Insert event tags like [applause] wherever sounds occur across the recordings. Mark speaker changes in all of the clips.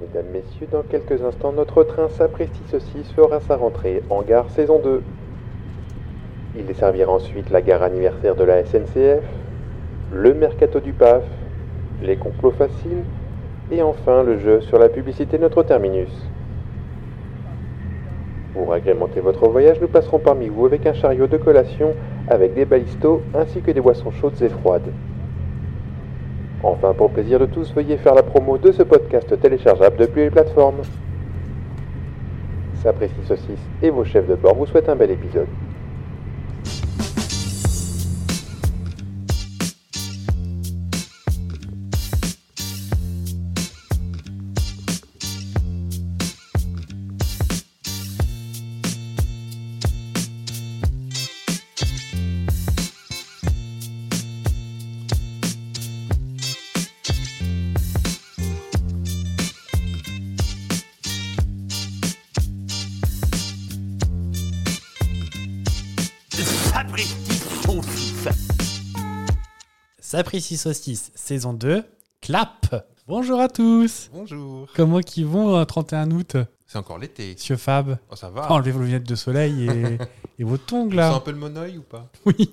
Speaker 1: Mesdames, Messieurs, dans quelques instants, notre train Sapristi Ceci fera sa rentrée en gare saison 2. Il desservira ensuite la gare anniversaire de la SNCF, le mercato du PAF, les complots faciles et enfin le jeu sur la publicité Notre Terminus. Pour agrémenter votre voyage, nous passerons parmi vous avec un chariot de collation avec des balistos ainsi que des boissons chaudes et froides. Enfin, pour plaisir de tous, veuillez faire la promo de ce podcast téléchargeable depuis les plateformes. Sapristi Saucisse et vos chefs de bord vous souhaitent un bel épisode.
Speaker 2: Sapristi Saucisse, saison 2, clap Bonjour à tous
Speaker 3: Bonjour.
Speaker 2: Comment qui vont euh, 31 août,
Speaker 3: C'est encore l'été.
Speaker 2: monsieur Fab
Speaker 3: Oh, ça va.
Speaker 2: Enlevez vos lunettes de soleil
Speaker 3: [laughs]
Speaker 2: et, et vos tongs
Speaker 3: On sent
Speaker 2: là
Speaker 3: un peu le monoeil ou pas
Speaker 2: Oui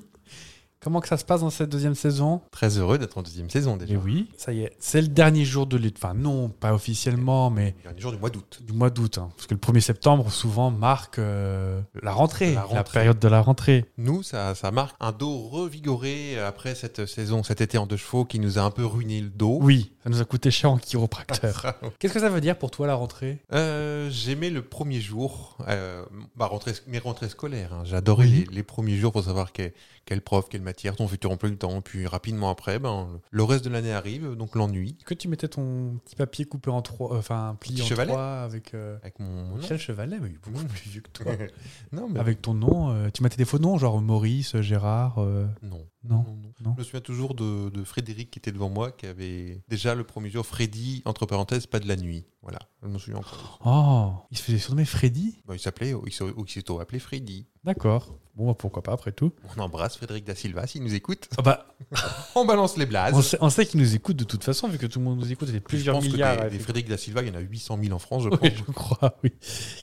Speaker 2: Comment que ça se passe dans cette deuxième saison
Speaker 3: Très heureux d'être en deuxième saison déjà.
Speaker 2: Et oui, ça y est, c'est le dernier jour de l'été. Enfin non, pas officiellement, mais
Speaker 3: Dernier jour du mois d'août.
Speaker 2: du mois d'août. hein. Parce que le 1er septembre, souvent, marque euh, la rentrée,
Speaker 3: La
Speaker 2: la,
Speaker 3: rentrée.
Speaker 2: période de la rentrée.
Speaker 3: Nous, ça, ça marque un dos revigoré après cette saison, cet été en deux chevaux qui nous a un peu ruiné le dos.
Speaker 2: Oui, ça nous a coûté cher
Speaker 3: [laughs]
Speaker 2: en chiropracteur.
Speaker 3: Ah,
Speaker 2: Qu'est-ce que ça veut dire pour toi la rentrée
Speaker 3: Euh, J'aimais le premier jour, euh, ma rentrée- mes rentrées scolaires. hein. J'adorais
Speaker 2: Oui.
Speaker 3: les, les premiers jours pour savoir quel, quel prof, quelle matière, ton futur emploi du temps. Puis rapidement après, ben, le reste de l'année arrive, donc l'ennui.
Speaker 2: Que tu mettais ton petit papier coupé en trois, euh, enfin plié
Speaker 3: Petit
Speaker 2: en
Speaker 3: chevalet
Speaker 2: trois avec euh,
Speaker 3: Avec mon, mon nom.
Speaker 2: [laughs] Michel Chevalet, mais il est beaucoup plus vieux que toi.
Speaker 3: non, [laughs] mais
Speaker 2: Avec ton nom, euh, tu mettais des faux noms, genre Maurice, Gérard. euh,
Speaker 3: non. Non,
Speaker 2: non.
Speaker 3: non. Je me souviens toujours de, de Frédéric qui était devant moi, qui avait déjà le premier jour Freddy, entre parenthèses, pas de la nuit. Voilà, je me souviens encore.
Speaker 2: Oh, il se faisait surnommer Freddy
Speaker 3: Bon, il s'appelait, il s'est aussitôt appelé Freddy.
Speaker 2: D'accord. Bon, bah, pourquoi pas après tout.
Speaker 3: On embrasse Frédéric Da Silva s'il nous écoute. [laughs]
Speaker 2: Ah bah,
Speaker 3: On balance les blazes.
Speaker 2: on sait, on sait qu'il nous écoute de toute façon, vu que tout le monde nous écoute, il y a
Speaker 3: je
Speaker 2: plusieurs
Speaker 3: pense
Speaker 2: milliards.
Speaker 3: que
Speaker 2: à
Speaker 3: des, des Frédéric Da Silva, il y en a 800 000 en France, je
Speaker 2: [laughs]
Speaker 3: pense.
Speaker 2: Oui, je crois, oui.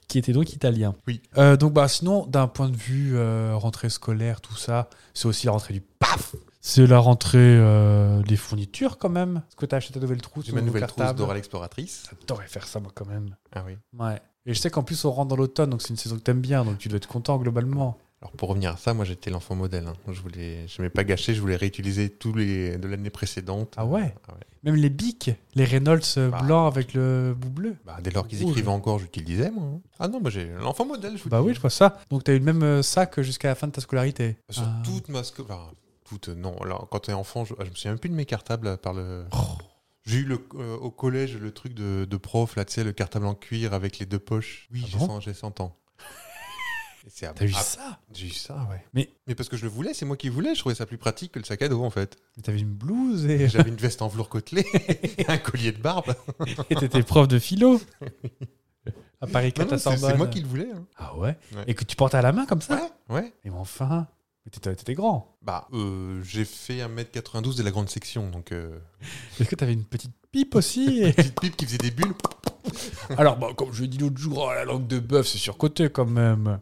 Speaker 2: Qui était donc italien.
Speaker 3: Oui.
Speaker 2: Euh, donc, bah, sinon, d'un point de vue euh, rentrée scolaire, tout ça, c'est aussi la rentrée du paf C'est la rentrée euh, des fournitures, quand même. Est-ce que t'as acheté ta nouvelle trousse
Speaker 3: J'ai
Speaker 2: ou
Speaker 3: ma
Speaker 2: un
Speaker 3: nouvelle trousse
Speaker 2: cartable
Speaker 3: d'Oral Exploratrice.
Speaker 2: J'adorais faire ça, moi, quand même.
Speaker 3: Ah oui.
Speaker 2: Ouais. Et je sais qu'en plus, on rentre dans l'automne, donc c'est une saison que t'aimes bien, donc tu dois être content globalement.
Speaker 3: Alors pour revenir à ça, moi j'étais l'enfant modèle. hein. Je voulais, je m'ai pas gâché, je voulais réutiliser tous les de l'année précédente.
Speaker 2: Ah ouais Même les bics, les Reynolds euh,
Speaker 3: Bah.
Speaker 2: blancs avec le bout bleu.
Speaker 3: Bah, dès lors qu'ils
Speaker 2: Rouge.
Speaker 3: écrivaient encore, j'utilisais moi. hein. Ah non, bah, j'ai l'enfant modèle, je vous
Speaker 2: Bah
Speaker 3: dis.
Speaker 2: oui, je vois ça. Donc t'as eu le même euh, sac jusqu'à la fin de ta scolarité.
Speaker 3: Sur
Speaker 2: Ah.
Speaker 3: toute ma sco- enfin, toute, non. Alors, quand t'es enfant, je, je me souviens même plus de mes cartables euh, par le.
Speaker 2: Oh.
Speaker 3: J'ai eu le, euh, au collège le truc de, de prof, là, tu sais, le cartable en cuir avec les deux poches. Oui,
Speaker 2: Ah
Speaker 3: j'ai
Speaker 2: bon
Speaker 3: 100 j'ai 100 ans. [laughs] Et c'est à-
Speaker 2: T'as eu
Speaker 3: ah,
Speaker 2: ça
Speaker 3: J'ai eu ça, ouais.
Speaker 2: Mais-
Speaker 3: parce que je le voulais, c'est moi qui voulais, je trouvais ça plus pratique que le sac à dos, en fait.
Speaker 2: Mais T'avais une blouse et [laughs]
Speaker 3: J'avais une veste en velours côtelé, et un collier de barbe.
Speaker 2: et t'étais prof de philo. À Paris
Speaker 3: Non,
Speaker 2: 4
Speaker 3: non,
Speaker 2: à Ah
Speaker 3: c'est
Speaker 2: Sorbonne.
Speaker 3: c'est moi qui le voulais. hein.
Speaker 2: Ah ouais,
Speaker 3: Ouais.
Speaker 2: Et que tu portais à la main comme ça
Speaker 3: Ouais, ouais.
Speaker 2: Mais enfin, mais t'étais t'étais grand.
Speaker 3: Bah, euh, j'ai fait 1m92 de la grande section, donc euh,
Speaker 2: Est-ce que t'avais une petite pipe
Speaker 3: [laughs]
Speaker 2: aussi et-
Speaker 3: petite pipe qui faisait des bulles.
Speaker 2: Alors, bon, comme je l'ai dit l'autre jour, oh, la langue de bœuf, c'est surcoté
Speaker 3: [laughs]
Speaker 2: quand même.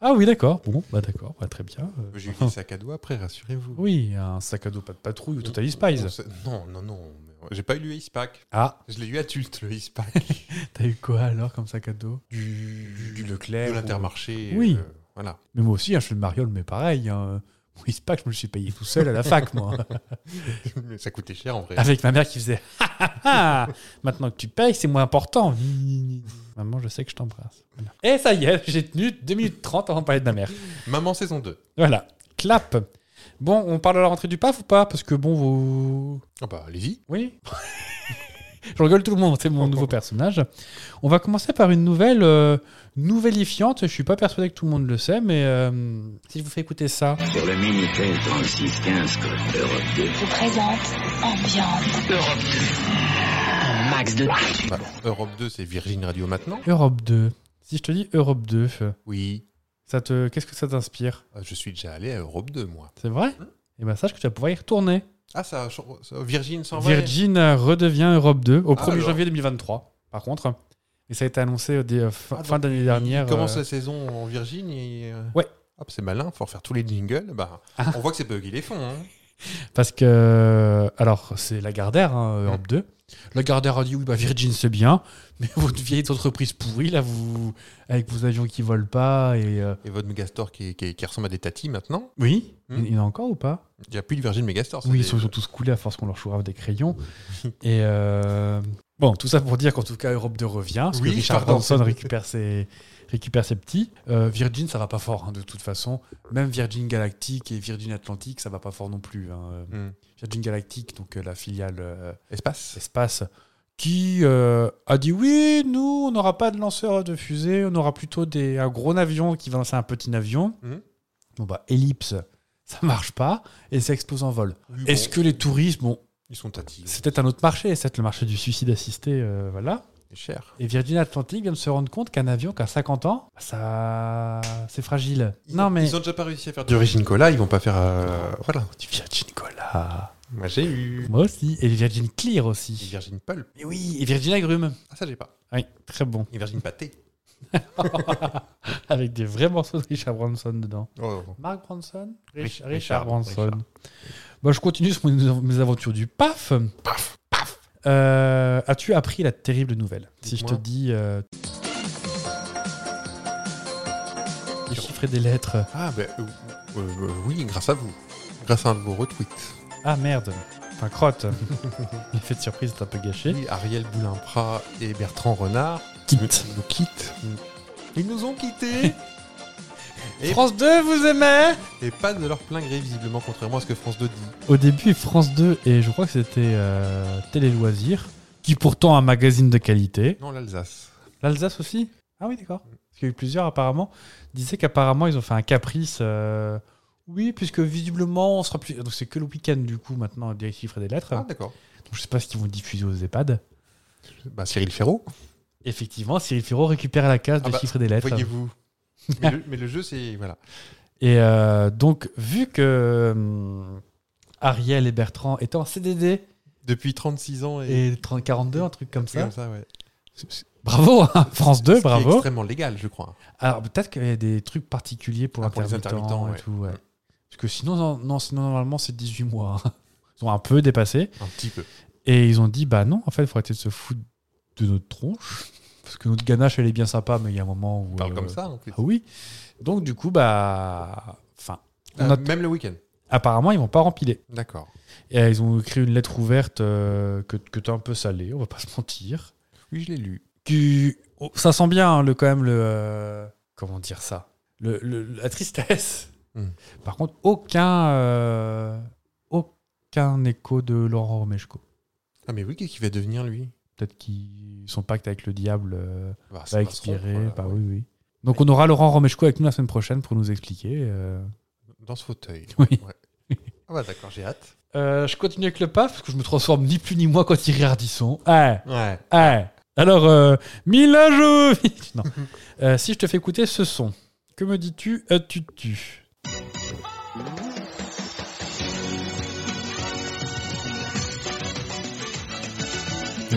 Speaker 2: ah oui, d'accord. Bon, bah d'accord, bah, très bien. Euh,
Speaker 3: J'ai eu des sacs à dos après, rassurez-vous.
Speaker 2: Oui, un sac à dos, pas de patrouille ou Total
Speaker 3: On
Speaker 2: Spies.
Speaker 3: sait- Non, non, non. mais J'ai pas eu le Ice-Pack.
Speaker 2: Ah,
Speaker 3: Je l'ai eu adulte, le Ice-Pack.
Speaker 2: [laughs] t'as eu quoi alors comme sac à dos
Speaker 3: du,
Speaker 2: Du Leclerc
Speaker 3: De l'Intermarché.
Speaker 2: ou- Oui.
Speaker 3: euh, voilà.
Speaker 2: Mais moi aussi, hein, je suis le mariole, mais pareil. Hein. Mon Ispac, je me le suis payé tout seul à la fac, moi.
Speaker 3: Mais ça coûtait cher en vrai.
Speaker 2: Avec ma mère qui faisait [laughs] Ah, ah, ah, Maintenant que tu payes, c'est moins important. Ni, ni, ni. Maman, je sais que je t'embrasse. Voilà. Et ça y est, j'ai tenu 2 minutes 30 avant de parler de ma mère.
Speaker 3: Maman saison 2.
Speaker 2: Voilà, clap. Bon, on parle à la rentrée du PAF ou pas Parce que bon, vous.
Speaker 3: Ah bah, allez-y.
Speaker 2: Oui [laughs] Je rigole tout le monde, c'est mon nouveau personnage. On va commencer par une nouvelle euh, nouvellifiante. Je suis pas persuadé que tout le monde le sait, mais euh, si je vous fais écouter ça.
Speaker 4: Sur le Minitel 3615, code Europe 2.
Speaker 5: vous présente Ambiance.
Speaker 4: Max de...
Speaker 3: Bah, Europe 2, c'est Virgin Radio maintenant.
Speaker 2: Europe 2. Si je te dis Europe 2, euh,
Speaker 3: Oui. Ah,
Speaker 2: ça te... qu'est-ce que ça t'inspire
Speaker 3: Euh, Je suis déjà allé à Europe 2, moi.
Speaker 2: C'est vrai Eh ben sache que tu vas pouvoir y retourner.
Speaker 3: Ah, ça, a ch- ça- Virgin s'en va.
Speaker 2: Virgin euh, redevient Europe 2 au
Speaker 3: Ah,
Speaker 2: 1er
Speaker 3: alors.
Speaker 2: janvier 2023, par contre. Et ça a été annoncé au dé- euh, fin,
Speaker 3: Ah,
Speaker 2: fin
Speaker 3: donc,
Speaker 2: d'année dernière.
Speaker 3: Il commence
Speaker 2: euh,
Speaker 3: la saison en Virgin et. euh,
Speaker 2: Ouais. Ah.
Speaker 3: hop, c'est malin, faut refaire tous les jingles. Bah, On voit que c'est pas eux qui les font. hein.
Speaker 2: Parce que, euh, alors, c'est Lagardère,
Speaker 3: Mm.
Speaker 2: hein, Europe 2. Lagardère a dit oui, bah Virgin c'est bien, [laughs] mais votre vieille entreprise pourrie, là, vous, avec vos avions qui volent pas et. euh,
Speaker 3: Et votre Megastore qui, qui- qui ressemble à des tatis maintenant.
Speaker 2: Oui
Speaker 3: Hmm.
Speaker 2: Il y en a encore ou pas
Speaker 3: Il n'y a plus de Virgin Megastore. c'est
Speaker 2: Oui,
Speaker 3: des-
Speaker 2: ils sont, ils sont tous coulés à force qu'on leur chourave des crayons. et. euh, Bon, tout ça pour dire qu'en tout cas, Europe 2 revient, parce
Speaker 3: Oui,
Speaker 2: que Richard
Speaker 3: pardon.
Speaker 2: Branson récupère ses, récupère ses petits. Euh, Virgin, ça va pas fort, hein, de toute façon. Même Virgin Galactic et Virgin Atlantic, ça va pas fort non plus. hein.
Speaker 3: Hmm.
Speaker 2: Virgin Galactic, donc euh, la filiale euh,
Speaker 3: Espace.
Speaker 2: espace, qui euh, a dit oui, nous, on n'aura pas de lanceur de fusée, on aura plutôt des, un gros avion qui va lancer un petit avion.
Speaker 3: Mhm.
Speaker 2: Bon, bah, ellipse, ça marche pas et ça explose en vol.
Speaker 3: Oui,
Speaker 2: Est-ce
Speaker 3: bon,
Speaker 2: que les touristes, bon,
Speaker 3: Ils sont tatis.
Speaker 2: c'est peut-être un autre marché, c'est peut-être le marché du suicide assisté, euh, voilà.
Speaker 3: C'est cher.
Speaker 2: Et Virgin Atlantic vient de se rendre compte qu'un avion qui a 50 ans, ça. c'est fragile.
Speaker 3: Ils-
Speaker 2: non, mais.
Speaker 3: Ils ont déjà pas réussi à faire du Virgin Cola, ils vont pas faire. euh, Voilà.
Speaker 2: Du Virgin Cola.
Speaker 3: Moi, j'ai eu.
Speaker 2: Moi aussi. Et du Virgin Clear
Speaker 3: Et
Speaker 2: aussi.
Speaker 3: Virgin Pulp.
Speaker 2: Et oui, et Virgin Agrumes.
Speaker 3: Ah, ça, j'ai pas.
Speaker 2: Oui, très bon.
Speaker 3: Et Virgin Pâté.
Speaker 2: Avec des vrais morceaux de Richard Branson dedans.
Speaker 3: Oh, oh.
Speaker 2: Mark Branson
Speaker 3: Rich-
Speaker 2: Richard,
Speaker 3: Richard,
Speaker 2: Branson.
Speaker 3: Richard.
Speaker 2: Bah, je continue sur mes, mes aventures du PAF.
Speaker 3: Paf,
Speaker 2: Euh, As-tu appris la terrible nouvelle Si je te
Speaker 3: Dites-moi.
Speaker 2: dis. euh, Des chiffres et des lettres.
Speaker 3: Ah, ben euh, euh, euh, oui, grâce à vous. Grâce à un de vos retweets.
Speaker 2: Ah merde Enfin, [laughs] crotte L'effet de surprise est un peu gâché.
Speaker 3: Oui, Ariel Boulin-Prat et Bertrand Renard nous- nous quittent. Ils nous ont quittés Et-
Speaker 2: France 2, vous aimez
Speaker 3: [laughs] et pas de leur plein gré, visiblement, contrairement à ce que France 2 dit.
Speaker 2: Au début, France 2, et je crois que c'était euh, Télé Loisirs, qui pourtant un magazine de qualité.
Speaker 3: Non, l'Alsace.
Speaker 2: L'Alsace aussi Ah oui, d'accord. Parce qu'il y a eu plusieurs apparemment. Disaient qu'apparemment, ils ont fait un caprice. euh, Oui, puisque visiblement, on sera plus. Donc c'est que le week-end, du coup, maintenant, des chiffres et des lettres.
Speaker 3: Ah, d'accord.
Speaker 2: Donc je sais pas ce qu'ils vont diffuser aux EHPAD.
Speaker 3: Bah, Cyril Ferraud.
Speaker 2: Effectivement, Cyril Ferraud récupère la case
Speaker 3: Ah
Speaker 2: des
Speaker 3: bah,
Speaker 2: chiffres et des lettres.
Speaker 3: Voyez-vous. mais, le, mais le jeu, c'est. Voilà.
Speaker 2: Et euh, donc, vu que hum, Ariel et Bertrand étaient en CDD
Speaker 3: Depuis 36 ans et.
Speaker 2: et 30, 42, un truc comme ça.
Speaker 3: Comme ça, ouais. C'est- c'est-
Speaker 2: Bravo, hein, France 2,
Speaker 3: ce qui est
Speaker 2: bravo.
Speaker 3: extrêmement légal, je crois.
Speaker 2: Alors peut-être qu'il y a des trucs particuliers pour,
Speaker 3: Ah, pour les
Speaker 2: intermittents
Speaker 3: intermittents,
Speaker 2: et
Speaker 3: ouais. Mm.
Speaker 2: tout. ouais. Parce que sinon, non, non, sinon normalement c'est 18 mois. [laughs] hein. Ils sont un peu dépassés.
Speaker 3: Un petit peu.
Speaker 2: Et ils ont dit, bah non, en fait, il faut arrêter de se foutre de notre tronche. Parce que notre ganache, elle est bien sympa, mais il y a un moment où...
Speaker 3: On parle
Speaker 2: euh,
Speaker 3: comme ça, en plus.
Speaker 2: Ah oui. Donc du coup, bah... Enfin,
Speaker 3: Euh,
Speaker 2: notre-
Speaker 3: Même le week-end.
Speaker 2: apparemment, ils vont pas rempiler.
Speaker 3: D'accord.
Speaker 2: Et euh, ils ont écrit une lettre ouverte euh, que, que t'as un peu salée, on va pas se mentir.
Speaker 3: Oui, je l'ai lu.
Speaker 2: Qui- oh, ça sent bien, hein, le, quand même, le. euh, comment dire ça le, le- La tristesse.
Speaker 3: Hmm.
Speaker 2: Par contre, aucun. euh, aucun écho de Laurent Romeshko.
Speaker 3: Ah, mais oui, qu'est-ce qu'il va devenir, lui
Speaker 2: Peut-être qu'il son pacte avec le diable euh,
Speaker 3: bah,
Speaker 2: va
Speaker 3: ça se trompe,
Speaker 2: expirer.
Speaker 3: voilà,
Speaker 2: bah
Speaker 3: ouais.
Speaker 2: oui, oui. Donc on aura Laurent Romeshko avec nous la semaine prochaine pour nous expliquer. euh.
Speaker 3: Dans ce fauteuil.
Speaker 2: Oui.
Speaker 3: Ouais. Ah bah d'accord, j'ai hâte.
Speaker 2: Euh, je continue avec le PAF, parce que je me transforme ni plus ni moins quand Thierry Ardisson. Ouais.
Speaker 3: Ouais.
Speaker 2: Ah, alors, euh, Mila Jovovich- [laughs] Non. Euh, si je te fais écouter ce son, que me dis-tu tu tu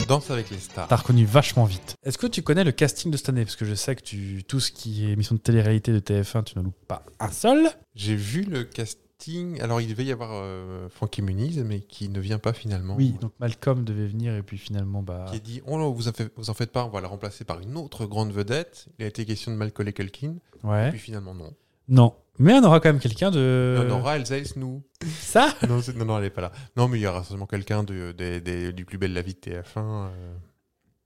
Speaker 3: Danse avec les stars.
Speaker 2: T'as reconnu vachement vite. Est-ce que tu connais le casting de cette année Parce que je sais que tu, tout ce qui est émission de télé-réalité de TF1, tu ne loupes pas un seul.
Speaker 3: J'ai vu le casting. Alors il devait y avoir euh, Francky Muniz, mais qui ne vient pas finalement.
Speaker 2: Oui, donc Malcolm devait venir et puis finalement, bah.
Speaker 3: Qui a dit oh, non, vous, en faites- vous en faites pas, on va la remplacer par une autre grande vedette. Il a été question de Malcolm et Culkin. Et
Speaker 2: Ouais. Euh,
Speaker 3: puis finalement, non.
Speaker 2: Non. Mais on aura quand même quelqu'un de.
Speaker 3: Il y en aura Elsa nous.
Speaker 2: Ça
Speaker 3: [laughs] non, c'est- non, non, elle n'est pas là. Non, mais il y aura certainement quelqu'un de- des- des- du plus bel la vie de TF1. euh.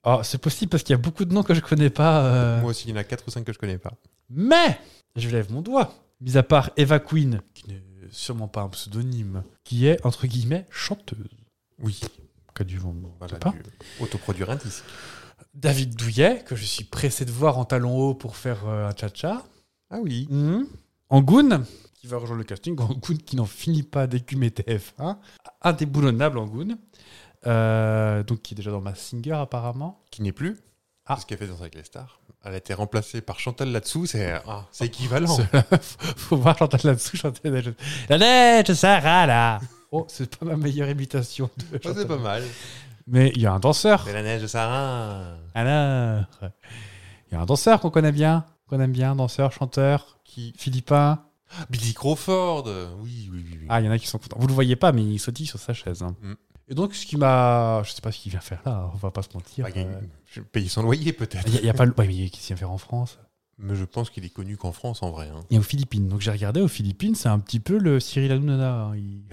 Speaker 2: Oh, C'est possible parce qu'il y a beaucoup de noms que je connais pas. euh.
Speaker 3: Moi aussi, il y en a 4 ou 5 que je connais pas.
Speaker 2: Mais je lève mon doigt. Mis à part Eva Queen, qui n'est sûrement pas un pseudonyme, qui est entre guillemets chanteuse.
Speaker 3: Oui.
Speaker 2: que du vent, on
Speaker 3: Voilà,
Speaker 2: sait pas.
Speaker 3: du- autoproduire un disque.
Speaker 2: David Douillet, que je suis pressé de voir en talons hauts pour faire euh, un cha-cha. Hmm.
Speaker 3: Ah oui.
Speaker 2: Angoun, qui va rejoindre le casting. Angoun qui n'en finit pas d'écumer TF1. Indéboulonnable Angoun. Euh, donc qui est déjà dans ma singer apparemment.
Speaker 3: qui n'est plus,
Speaker 2: Ah.
Speaker 3: parce qu'elle fait Danse avec les stars. Elle a été remplacée par Chantal là-dessous, c'est ah,
Speaker 2: [laughs]
Speaker 3: c'est équivalent.
Speaker 2: Faut voir Chantal là-dessous chanter. La neige, Sarah là. Oh, c'est pas ma meilleure imitation. de
Speaker 3: Ah, c'est
Speaker 2: chanteur.
Speaker 3: pas mal.
Speaker 2: Mais il y a un danseur.
Speaker 3: C'est la neige de Sarin.
Speaker 2: Alors, il y a un danseur qu'on connaît bien. Qu'on aime bien, danseur, chanteur.
Speaker 3: Qui
Speaker 2: Philippin.
Speaker 3: Ah, Billy Crawford. Oui, oui, oui. oui.
Speaker 2: Ah, il y en a qui sont contents. Vous le voyez pas, mais il sautille sur sa chaise. hein.
Speaker 3: Mm.
Speaker 2: Et donc, ce qui m'a. Je sais pas ce qu'il vient faire là, on va pas se mentir.
Speaker 3: Bah,
Speaker 2: Euh,
Speaker 3: gagner- je- Payer son loyer peut-être.
Speaker 2: Il n'y a, pas le. Ouais, mais qu'est-ce qu'il vient faire en France
Speaker 3: Mais je pense qu'il est connu qu'en France en [laughs] vrai. hein.
Speaker 2: Il y a aux Philippines. Donc, j'ai regardé aux Philippines, c'est un petit peu le Cyril Hanouna. hein. Il...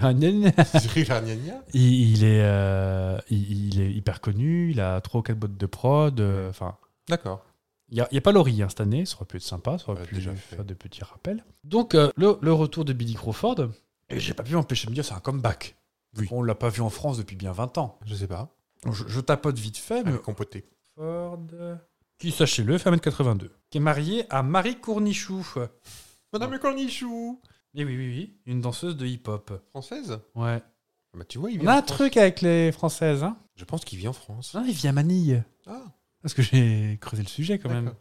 Speaker 3: Cyril Hanouna
Speaker 2: il, il est, euh, il, il est hyper connu, il a trois ou quatre bottes de prod. euh, Enfin.
Speaker 3: D'accord.
Speaker 2: Il n'y a, il y a pas Laurie hein, cette année, ça aurait pu être sympa, ça aurait
Speaker 3: Ouais,
Speaker 2: pu
Speaker 3: déjà fait.
Speaker 2: faire des petits rappels. Donc, euh, le, le retour de Billy Crawford, et j'ai pas pu m'empêcher de me dire, c'est un comeback.
Speaker 3: Oui.
Speaker 2: On l'a pas vu en France depuis bien 20 ans.
Speaker 3: Je sais pas.
Speaker 2: Donc, Je, je tapote vite fait, mais
Speaker 3: Avec compoté.
Speaker 2: Crawford, qui, sachez-le, fait 1m82, qui est marié à Marie Cournichou.
Speaker 3: Madame Cornichou
Speaker 2: Et Eh oui, oui, oui, une danseuse de hip-hop.
Speaker 3: Française
Speaker 2: Ouais.
Speaker 3: Bah tu vois, il
Speaker 2: On
Speaker 3: vient
Speaker 2: a
Speaker 3: en
Speaker 2: un
Speaker 3: France.
Speaker 2: truc avec les Françaises, hein
Speaker 3: Je pense qu'il vit en France.
Speaker 2: Non, il vient à Manille.
Speaker 3: Ah,
Speaker 2: Parce que j'ai creusé le sujet quand même.
Speaker 3: d'accord.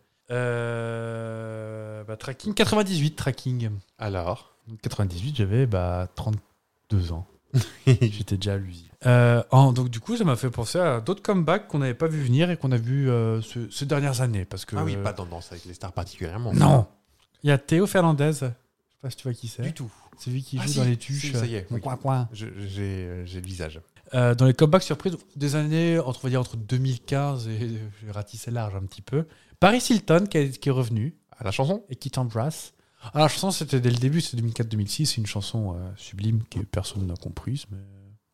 Speaker 2: Euh, bah, tracking, 98, tracking.
Speaker 3: Alors
Speaker 2: 98, j'avais bah,
Speaker 3: [laughs]
Speaker 2: 32 ans. J'étais déjà à l'usine. Euh, en- donc, du coup, ça m'a fait penser à d'autres comebacks qu'on n'avait pas vu venir et qu'on a vu euh, ce- ces dernières années. Parce que,
Speaker 3: Ah oui, pas tendance avec les stars particulièrement.
Speaker 2: Non Il y a Théo Fernandez. Je sais pas si tu vois qui
Speaker 3: Du
Speaker 2: c'est.
Speaker 3: tout.
Speaker 2: C'est lui qui
Speaker 3: Ah,
Speaker 2: joue
Speaker 3: si,
Speaker 2: dans les
Speaker 3: si,
Speaker 2: tuches.
Speaker 3: ça y est, oui.
Speaker 2: Coin, coin.
Speaker 3: Je- J'ai euh, j'ai le visage.
Speaker 2: Euh, dans les comebacks surprises des années entre, on va dire, entre 2015 et euh, j'ai ratissé large un petit peu. Paris Hilton qui, est- qui est revenu
Speaker 3: À la chanson
Speaker 2: et qui t'embrasse. Ah, la chanson, c'était dès le début, c'est 2004-2006. C'est une chanson euh, sublime que personne n'a comprise. Mais...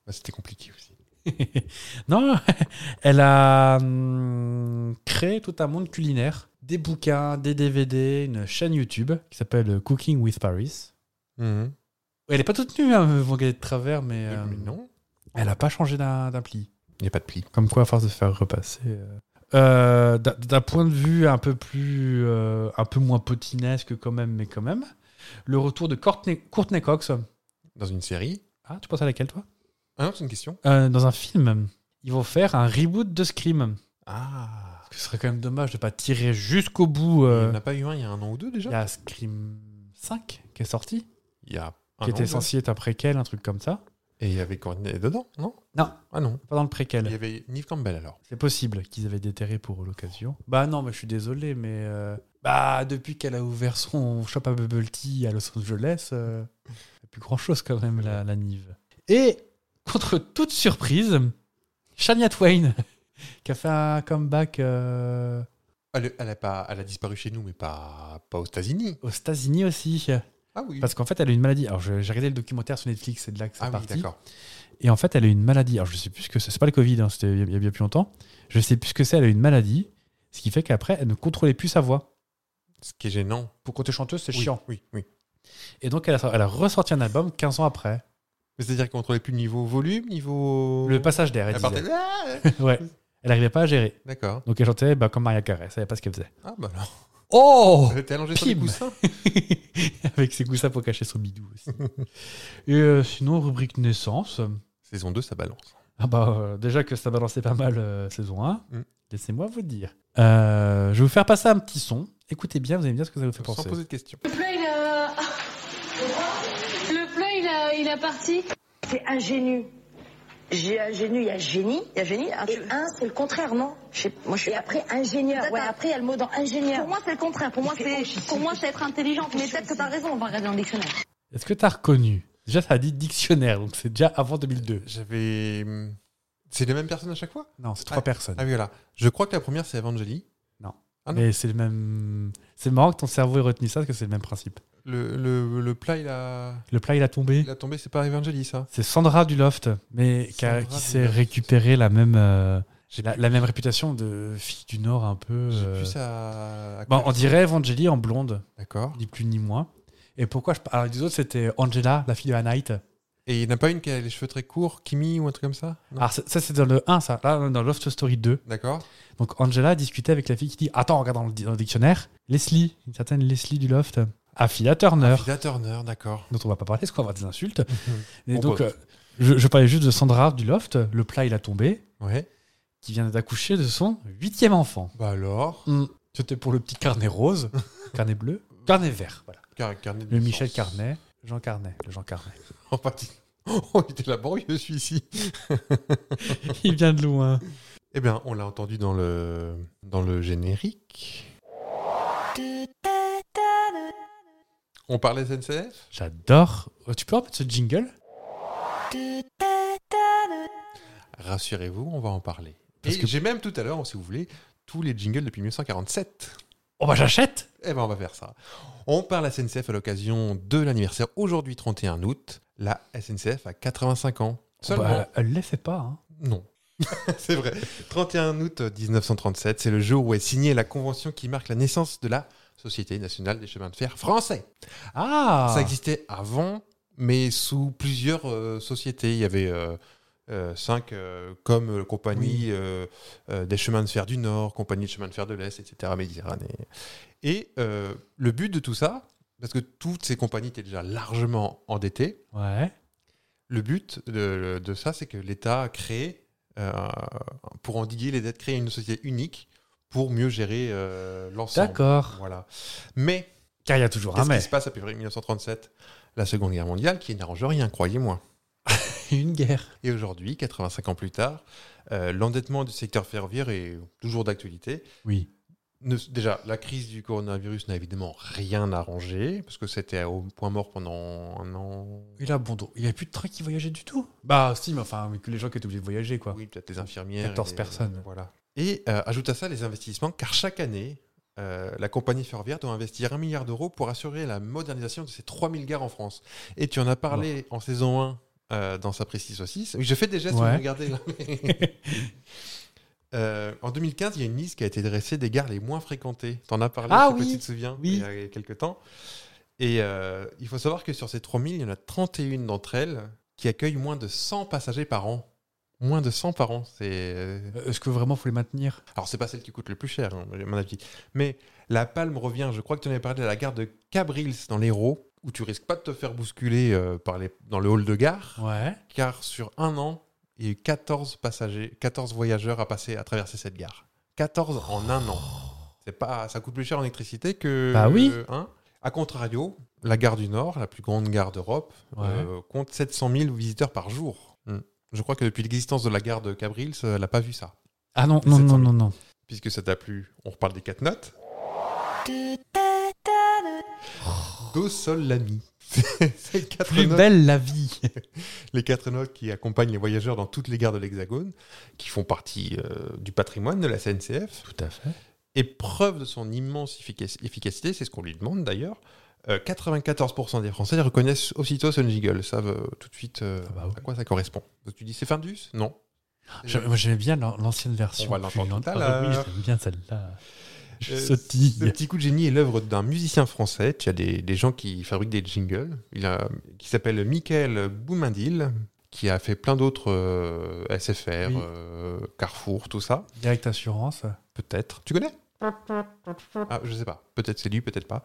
Speaker 3: Bah, C'était compliqué aussi.
Speaker 2: [laughs] non, [laughs] elle a hum, créé tout un monde culinaire, des bouquins, des DVD, une chaîne YouTube qui s'appelle euh, Cooking with Paris.
Speaker 3: Mhm.
Speaker 2: Elle n'est pas toute nue, hein, vous regardez de travers, mais, euh,
Speaker 3: Mais non,
Speaker 2: elle n'a pas changé d'un d'un pli.
Speaker 3: il n'y a pas de pli.
Speaker 2: Comme quoi, à force de se faire repasser. euh. Euh, d'un- D'un point de vue un peu plus, euh, un peu moins potinesque quand même, mais quand même, le retour de Courtney, Courtney Cox.
Speaker 3: Dans une série
Speaker 2: Ah, tu penses à laquelle toi
Speaker 3: Ah non, c'est une question.
Speaker 2: Euh, Dans un film, ils vont faire un reboot de Scream.
Speaker 3: Ah
Speaker 2: Ce serait quand même dommage de pas tirer jusqu'au bout.
Speaker 3: Il n'y
Speaker 2: euh,
Speaker 3: en a pas eu un il y a un an ou deux
Speaker 2: Il
Speaker 3: déjà
Speaker 2: y a Scream 5 qui est sorti,
Speaker 3: Il y a un
Speaker 2: qui
Speaker 3: an ou
Speaker 2: était
Speaker 3: deux.
Speaker 2: censé être un préquel, un truc comme ça.
Speaker 3: Et il y avait Courtney dedans, non
Speaker 2: Non.
Speaker 3: Ah non.
Speaker 2: Pas dans le
Speaker 3: Il y
Speaker 2: préquel.
Speaker 3: avait Neve Campbell alors.
Speaker 2: C'est possible qu'ils avaient déterré pour l'occasion. Bah non, mais je suis désolé, mais euh, bah depuis qu'elle a ouvert son shop à bubble tea à Los Angeles, euh, il n'y a plus grand chose quand même la, la Nive. Et contre toute surprise, Shania Twain [laughs] qui a fait un comeback euh,
Speaker 3: Elle, elle a pas, elle a disparu chez nous, mais pas, pas aux États-Unis.
Speaker 2: aux États-Unis aussi.
Speaker 3: Ah oui.
Speaker 2: Parce qu'en fait, elle a une maladie. Alors, je- j'ai regardé le documentaire sur Netflix, c'est de là que c'est
Speaker 3: ah oui,
Speaker 2: parti.
Speaker 3: d'accord.
Speaker 2: et en fait, elle a une maladie. Alors, je sais plus ce que c'est. C'est pas le Covid, hein, c'était il y a- il y a bien plus longtemps. Je sais plus ce que c'est. Elle a une maladie. Ce qui fait qu'après, elle ne contrôlait plus sa voix.
Speaker 3: Ce qui est gênant.
Speaker 2: Pour côté chanteuse, c'est
Speaker 3: Oui,
Speaker 2: chiant.
Speaker 3: Oui, oui.
Speaker 2: Et donc, elle a, elle a ressorti un album 15 ans après.
Speaker 3: Mais C'est-à-dire qu'on ne contrôlait plus niveau volume, niveau.
Speaker 2: Le passage d'air, elle
Speaker 3: Oh. Elle
Speaker 2: disait.
Speaker 3: partait. Ah
Speaker 2: ouais. Elle n'arrivait pas à gérer.
Speaker 3: D'accord.
Speaker 2: Donc, elle chantait bah, comme Maria Carey. Elle savait pas ce qu'elle faisait. [laughs]
Speaker 3: Ah bah alors.
Speaker 2: Oh
Speaker 3: Elle était allongée sur les
Speaker 2: Pim.
Speaker 3: coussins.
Speaker 2: Avec ses coussins pour cacher son bidou aussi.
Speaker 3: [laughs]
Speaker 2: et euh, sinon, rubrique naissance.
Speaker 3: Saison 2, ça balance.
Speaker 2: Ah bah, euh, déjà que ça balançait pas mal euh, saison 1,
Speaker 3: Mm.
Speaker 2: laissez-moi vous dire. Euh, je vais vous faire passer un petit son. Écoutez bien, vous allez me dire ce que ça vous fait
Speaker 3: Sans
Speaker 2: penser.
Speaker 3: poser de questions.
Speaker 6: Le plat, il a... euh, [laughs] Le plat, il a, il a parti.
Speaker 7: C'est ingénu. J'ai ingénu, il y a génie.
Speaker 6: Il y a génie. hein,
Speaker 7: Et
Speaker 6: tu-
Speaker 7: un, c'est le contraire, non
Speaker 6: Je sais- Moi, je suis
Speaker 7: Et après, ingénieur.
Speaker 6: D'accord.
Speaker 7: Ouais, après, il y a le mot dans ingénieur.
Speaker 6: Pour moi, c'est le contraire. Pour moi, c'est pour moi, c'est être intelligente. Mais peut-être que t'as raison. On va regarder dans le dictionnaire.
Speaker 2: Est-ce que t'as reconnu Déjà, ça a dit dictionnaire, donc c'est déjà avant 2002.
Speaker 3: J'avais. hmm, C'est les mêmes personnes à chaque fois
Speaker 2: Non, c'est trois personnes.
Speaker 3: Ah oui, voilà. Je crois que la première, c'est Evangélie. ah non.
Speaker 2: Mais c'est le même. C'est marrant que ton cerveau ait retenu ça, parce que c'est le même principe.
Speaker 3: Le, le, le plat, il a,
Speaker 2: Le plat, il a tombé.
Speaker 3: il a tombé, c'est pas Evangélie, ça
Speaker 2: C'est Sandra du Loft, mais qui,
Speaker 3: Sandra
Speaker 2: a- qui
Speaker 3: du
Speaker 2: s'est
Speaker 3: Loft.
Speaker 2: récupéré la même, euh, la, la même réputation de fille du Nord un peu.
Speaker 3: J'ai
Speaker 2: euh,
Speaker 3: plus ça. à-
Speaker 2: bon, on dirait Evangélie en blonde.
Speaker 3: D'accord.
Speaker 2: ni plus ni moins. Et pourquoi je... Alors, les autres, c'était Angela, la fille de la Night.
Speaker 3: Et il n'y en a pas une qui a les cheveux très courts, Kimi ou un truc comme ça Non.
Speaker 2: Alors, ça, ça, c'est dans le 1, ça. Là, on est dans Loft Story 2.
Speaker 3: D'accord.
Speaker 2: Donc, Angela discutait avec la fille qui dit Attends, regarde dans le, di- dans le dictionnaire. Leslie, une certaine Leslie du Loft. Affia Turner,
Speaker 3: Vida Turner, d'accord.
Speaker 2: dont on va pas parler, parce qu'on va avoir des insultes. Et
Speaker 3: Bon,
Speaker 2: donc,
Speaker 3: bah.
Speaker 2: euh, je, je parlais juste de Sandra du Loft. Le plat, il a tombé,
Speaker 3: Ouais.
Speaker 2: qui vient d'accoucher de son huitième enfant.
Speaker 3: Bah alors.
Speaker 2: C'était pour le petit carnet rose, [laughs] carnet bleu, carnet vert. Voilà.
Speaker 3: Car- carnet de
Speaker 2: Le
Speaker 3: naissance.
Speaker 2: Michel Carnet, Jean Carnet, le Jean Carnet.
Speaker 3: [laughs] En partie. Oh, il était laborieux celui-ci.
Speaker 2: [laughs] Il vient de loin.
Speaker 3: Eh bien, on l'a entendu dans le, dans le générique. On parlait SNCF
Speaker 2: J'adore. Oh, Tu peux remettre ce jingle
Speaker 3: Rassurez-vous, on va en parler. Parce
Speaker 2: Parce
Speaker 3: que
Speaker 2: que-
Speaker 3: j'ai même tout à l'heure, si vous voulez, tous les jingles depuis 1947.
Speaker 2: Oh bah j'achète
Speaker 3: Eh ben, on va faire ça. On parle SNCF à l'occasion de l'anniversaire aujourd'hui 31 août. La SNCF a 85 ans. Seulement.
Speaker 2: Bah, elle ne les fait pas. hein.
Speaker 3: Non. [laughs] c'est vrai. 31 août 1937, c'est le jour où est signée la convention qui marque la naissance de la Société nationale des chemins de fer français.
Speaker 2: Ah
Speaker 3: Ça existait avant, mais sous plusieurs euh, sociétés. Il y avait euh, euh, cinq, euh, comme euh, compagnie euh, euh, des chemins de fer du Nord, compagnie de chemins de fer de l'Est, etc., Méditerranée. Et euh, le but de tout ça, parce que toutes ces compagnies étaient déjà largement endettées,
Speaker 2: Ouais.
Speaker 3: le but de, de ça, c'est que l'État a créé, euh, pour endiguer les dettes, créé une société unique pour mieux gérer euh, l'ensemble.
Speaker 2: D'accord.
Speaker 3: Voilà. Mais,
Speaker 2: Car il y a toujours un
Speaker 3: qu'est-ce
Speaker 2: mais.
Speaker 3: qui se passe à peu près 1937 La Seconde Guerre mondiale, qui n'arrange rien, croyez-moi.
Speaker 2: Une guerre.
Speaker 3: Et aujourd'hui, 85 ans plus tard, euh, l'endettement du secteur ferroviaire est toujours d'actualité.
Speaker 2: Oui.
Speaker 3: Ne- déjà, la crise du coronavirus n'a évidemment rien arrangé, parce que c'était au point mort pendant un an.
Speaker 2: Il a bon dos. Il n'y a plus de train qui voyageait du tout. Bah si, mais enfin, mais que les gens qui étaient obligés de voyager, quoi.
Speaker 3: Oui, peut-être les infirmières.
Speaker 2: 14
Speaker 3: et-
Speaker 2: personnes.
Speaker 3: Voilà. Et euh, ajoute à ça les investissements, car chaque année, euh, la compagnie ferroviaire doit investir 1 milliard d'euros pour assurer la modernisation de ces 3000 gares en France. Et tu en as parlé en saison 1 euh, dans sa précise 6. Oui, je fais des gestes,
Speaker 2: Ouais.
Speaker 3: vous me regardez là.
Speaker 2: [laughs]
Speaker 3: Euh, en 2015, il y a une liste qui a été dressée des gares les moins fréquentées. T'en as parlé,
Speaker 2: Ah
Speaker 3: je sais pas
Speaker 2: oui.
Speaker 3: si tu te souviens,
Speaker 2: Oui.
Speaker 3: il y a quelques temps. Et euh, il faut savoir que sur ces 3000, il y en a 31 d'entre elles qui accueillent moins de 100 passagers par an. Moins de 100 par an. C'est...
Speaker 2: Euh, Est-ce que vraiment faut les maintenir
Speaker 3: Alors, c'est pas celle qui coûte le plus cher, hein, à mon avis. Mais la palme revient, je crois que tu en avais parlé, à la gare de Cabrils dans l'Hérault, où tu risques pas de te faire bousculer euh, par les... dans le hall de gare,
Speaker 2: Ouais.
Speaker 3: car sur un an, il y a eu 14 passagers, 14 voyageurs à passer à traverser cette gare. 14 en un an. C'est pas, ça coûte plus cher en électricité que.
Speaker 2: Bah oui.
Speaker 3: hein. a contrario, la gare du Nord, la plus grande gare d'Europe,
Speaker 2: Ouais.
Speaker 3: euh, compte 700 000 visiteurs par jour. Hmm. Je crois que depuis l'existence de la gare de Cabrils, euh, elle n'a pas vu ça.
Speaker 2: Ah non, non,
Speaker 3: 700
Speaker 2: non,
Speaker 3: 000.
Speaker 2: non, non.
Speaker 3: Puisque ça t'a plu, on reparle des quatre notes. Do sol la mi. [laughs] C'est les quatre
Speaker 2: Plus
Speaker 3: notes.
Speaker 2: belle la vie.
Speaker 3: les quatre notes qui accompagnent les voyageurs dans toutes les gares de l'Hexagone, qui font partie euh, du patrimoine de la CNCF.
Speaker 2: Tout à fait.
Speaker 3: Et preuve de son immense efficac- efficacité, c'est ce qu'on lui demande d'ailleurs. euh, 94% des Français reconnaissent aussitôt ce jingle, savent euh, tout de suite euh,
Speaker 2: Ah bah oui.
Speaker 3: à quoi ça correspond. Donc tu dis c'est Findus Non.
Speaker 2: J'aime- Moi j'aimais bien l'an- l'ancienne version.
Speaker 3: On va
Speaker 2: plus
Speaker 3: l'entendre tout à
Speaker 2: lente. Ah oui,
Speaker 3: l'heure.
Speaker 2: j'aime bien celle-là. Je
Speaker 3: Euh, Ce
Speaker 2: sautille.
Speaker 3: petit coup de génie est l'œuvre d'un musicien français. Tu as des, des gens qui fabriquent des jingles. Il a, qui s'appelle Michael Boumindil, qui a fait plein d'autres euh, SFR,
Speaker 2: Oui.
Speaker 3: euh, Carrefour, tout ça.
Speaker 2: Direct assurance.
Speaker 3: Peut-être. Tu connais Ah, je sais pas. Peut-être c'est lui, peut-être pas.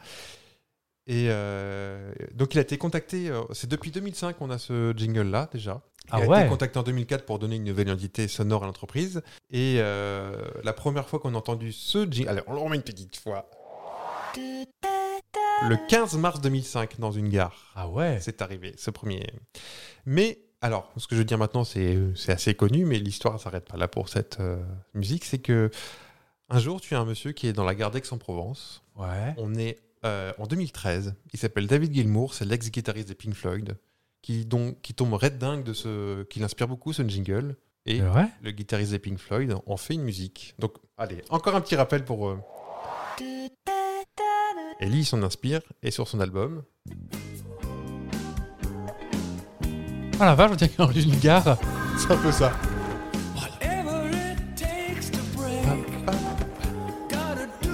Speaker 3: Et euh, donc il a été contacté. euh, C'est depuis 2005 qu'on a ce jingle là déjà. Il
Speaker 2: Ah
Speaker 3: a
Speaker 2: ouais.
Speaker 3: été contacté en 2004 pour donner une nouvelle identité sonore à l'entreprise. Et euh, la première fois qu'on a entendu ce jingle, allez, on le remet une petite fois. Le 15 mars 2005 dans une gare.
Speaker 2: Ah ouais.
Speaker 3: C'est arrivé, ce premier. Mais alors, ce que je veux dire maintenant, c'est c'est assez connu, mais l'histoire ne s'arrête pas là pour cette euh, musique. C'est que un jour, tu as un monsieur qui est dans la gare d'Aix-en-Provence.
Speaker 2: Ouais.
Speaker 3: On est euh, en 2013. Il s'appelle David Gilmour, c'est l'ex-guitariste des Pink Floyd, qui, donc, qui tombe red dingue de ce. qui l'inspire beaucoup, ce jingle. Et
Speaker 2: C'est vrai
Speaker 3: le guitariste des Pink Floyd en fait une musique. Donc, allez, encore un petit rappel pour. euh, Et lui, il s'en inspire, et sur son album, [laughs]
Speaker 2: Ah la vache, on dirait qu'il a enlevé une gare.
Speaker 3: c'est un peu ça.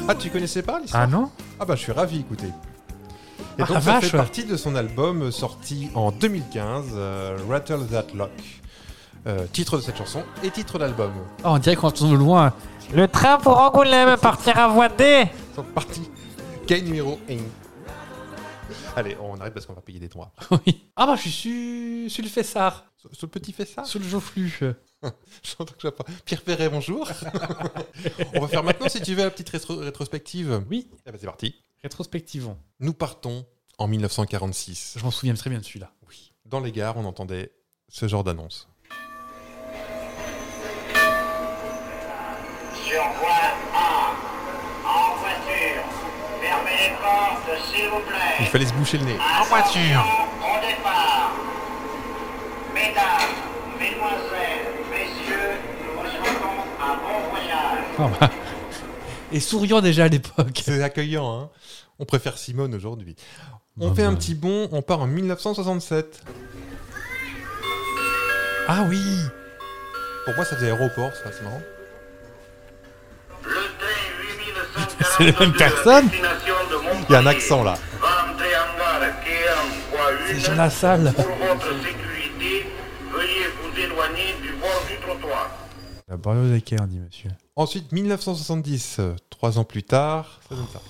Speaker 3: Ah, tu connaissais pas l'histoire
Speaker 2: Ah non
Speaker 3: Ah bah je suis ravi, écoutez. Et
Speaker 2: Ah,
Speaker 3: donc
Speaker 2: la
Speaker 3: ça
Speaker 2: vache,
Speaker 3: fait
Speaker 2: ouais.
Speaker 3: partie de son album euh, sorti en 2015, euh, Rattle That Lock. Euh, titre de cette chanson et titre d'album.
Speaker 2: Oh, on dirait qu'on entend de loin. Le train pour Angoulême partira voiter.
Speaker 3: C'est parti. Gain numéro 1. Allez, on arrête parce qu'on va payer des droits.
Speaker 2: [laughs] Oui. Ah bah je suis sur le fessard,
Speaker 3: Ce, ce petit fait ça [laughs]
Speaker 2: sur le Jofflu.
Speaker 3: J'entends que je vois pas. Pierre Perret,
Speaker 2: [laughs]
Speaker 3: bonjour. on va faire maintenant, si tu veux, la petite rétro- rétrospective.
Speaker 2: Oui,
Speaker 3: Eh ben, c'est parti.
Speaker 2: rétrospectivement.
Speaker 3: Nous partons en 1946.
Speaker 2: Je m'en souviens très bien de celui-là.
Speaker 3: Oui. Dans les gares, on entendait ce genre d'annonce.
Speaker 8: Sur voie 1, en voiture, fermez les portes s'il vous
Speaker 3: Il
Speaker 8: plaît.
Speaker 3: fallait se boucher le nez.
Speaker 8: En voiture Au départ. Mesdames, mesdemoiselles, messieurs, nous vous souhaitons un bon voyage.
Speaker 2: Ah bah. Et souriant déjà à l'époque.
Speaker 3: C'est accueillant, hein On préfère Simone aujourd'hui. On
Speaker 2: Bah,
Speaker 3: fait un
Speaker 2: bah.
Speaker 3: petit bond, on part en 1967. Ah oui Pour moi, ça faisait aéroport, ça, c'est marrant.
Speaker 8: Le train 8142
Speaker 2: C'est les mêmes personnes
Speaker 8: à destination de Montpellier
Speaker 3: Il y a un accent, là.
Speaker 8: va entrer en gare quai en voie 1.
Speaker 2: C'est Jean Lassalle.
Speaker 8: Pour votre sécurité, veuillez vous éloigner du bord du trottoir.
Speaker 2: La barrière d'équerre, on dit monsieur.
Speaker 3: Ensuite, 1970, euh, trois ans plus tard, ça donne ça.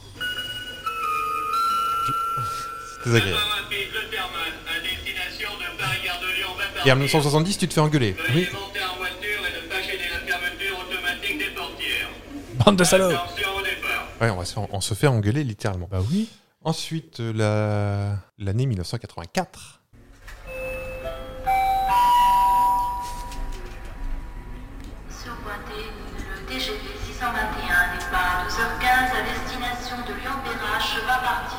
Speaker 3: C'est désagréable.
Speaker 8: à destination de Paris-Gare de Lyon
Speaker 3: Et en 1970, tu te fais engueuler.
Speaker 8: Veuillez monter en voiture et ne pas gêner la fermeture automatique des portières.
Speaker 2: Bande de salauds
Speaker 8: Attention au départ.
Speaker 3: Ouais, on, va se, on se fait engueuler littéralement.
Speaker 2: Bah oui.
Speaker 3: Ensuite, euh, la- l'année 1984.
Speaker 9: Surboité, le TGV 621 départ à 12h15 à destination de Lyon-Perrache va partir.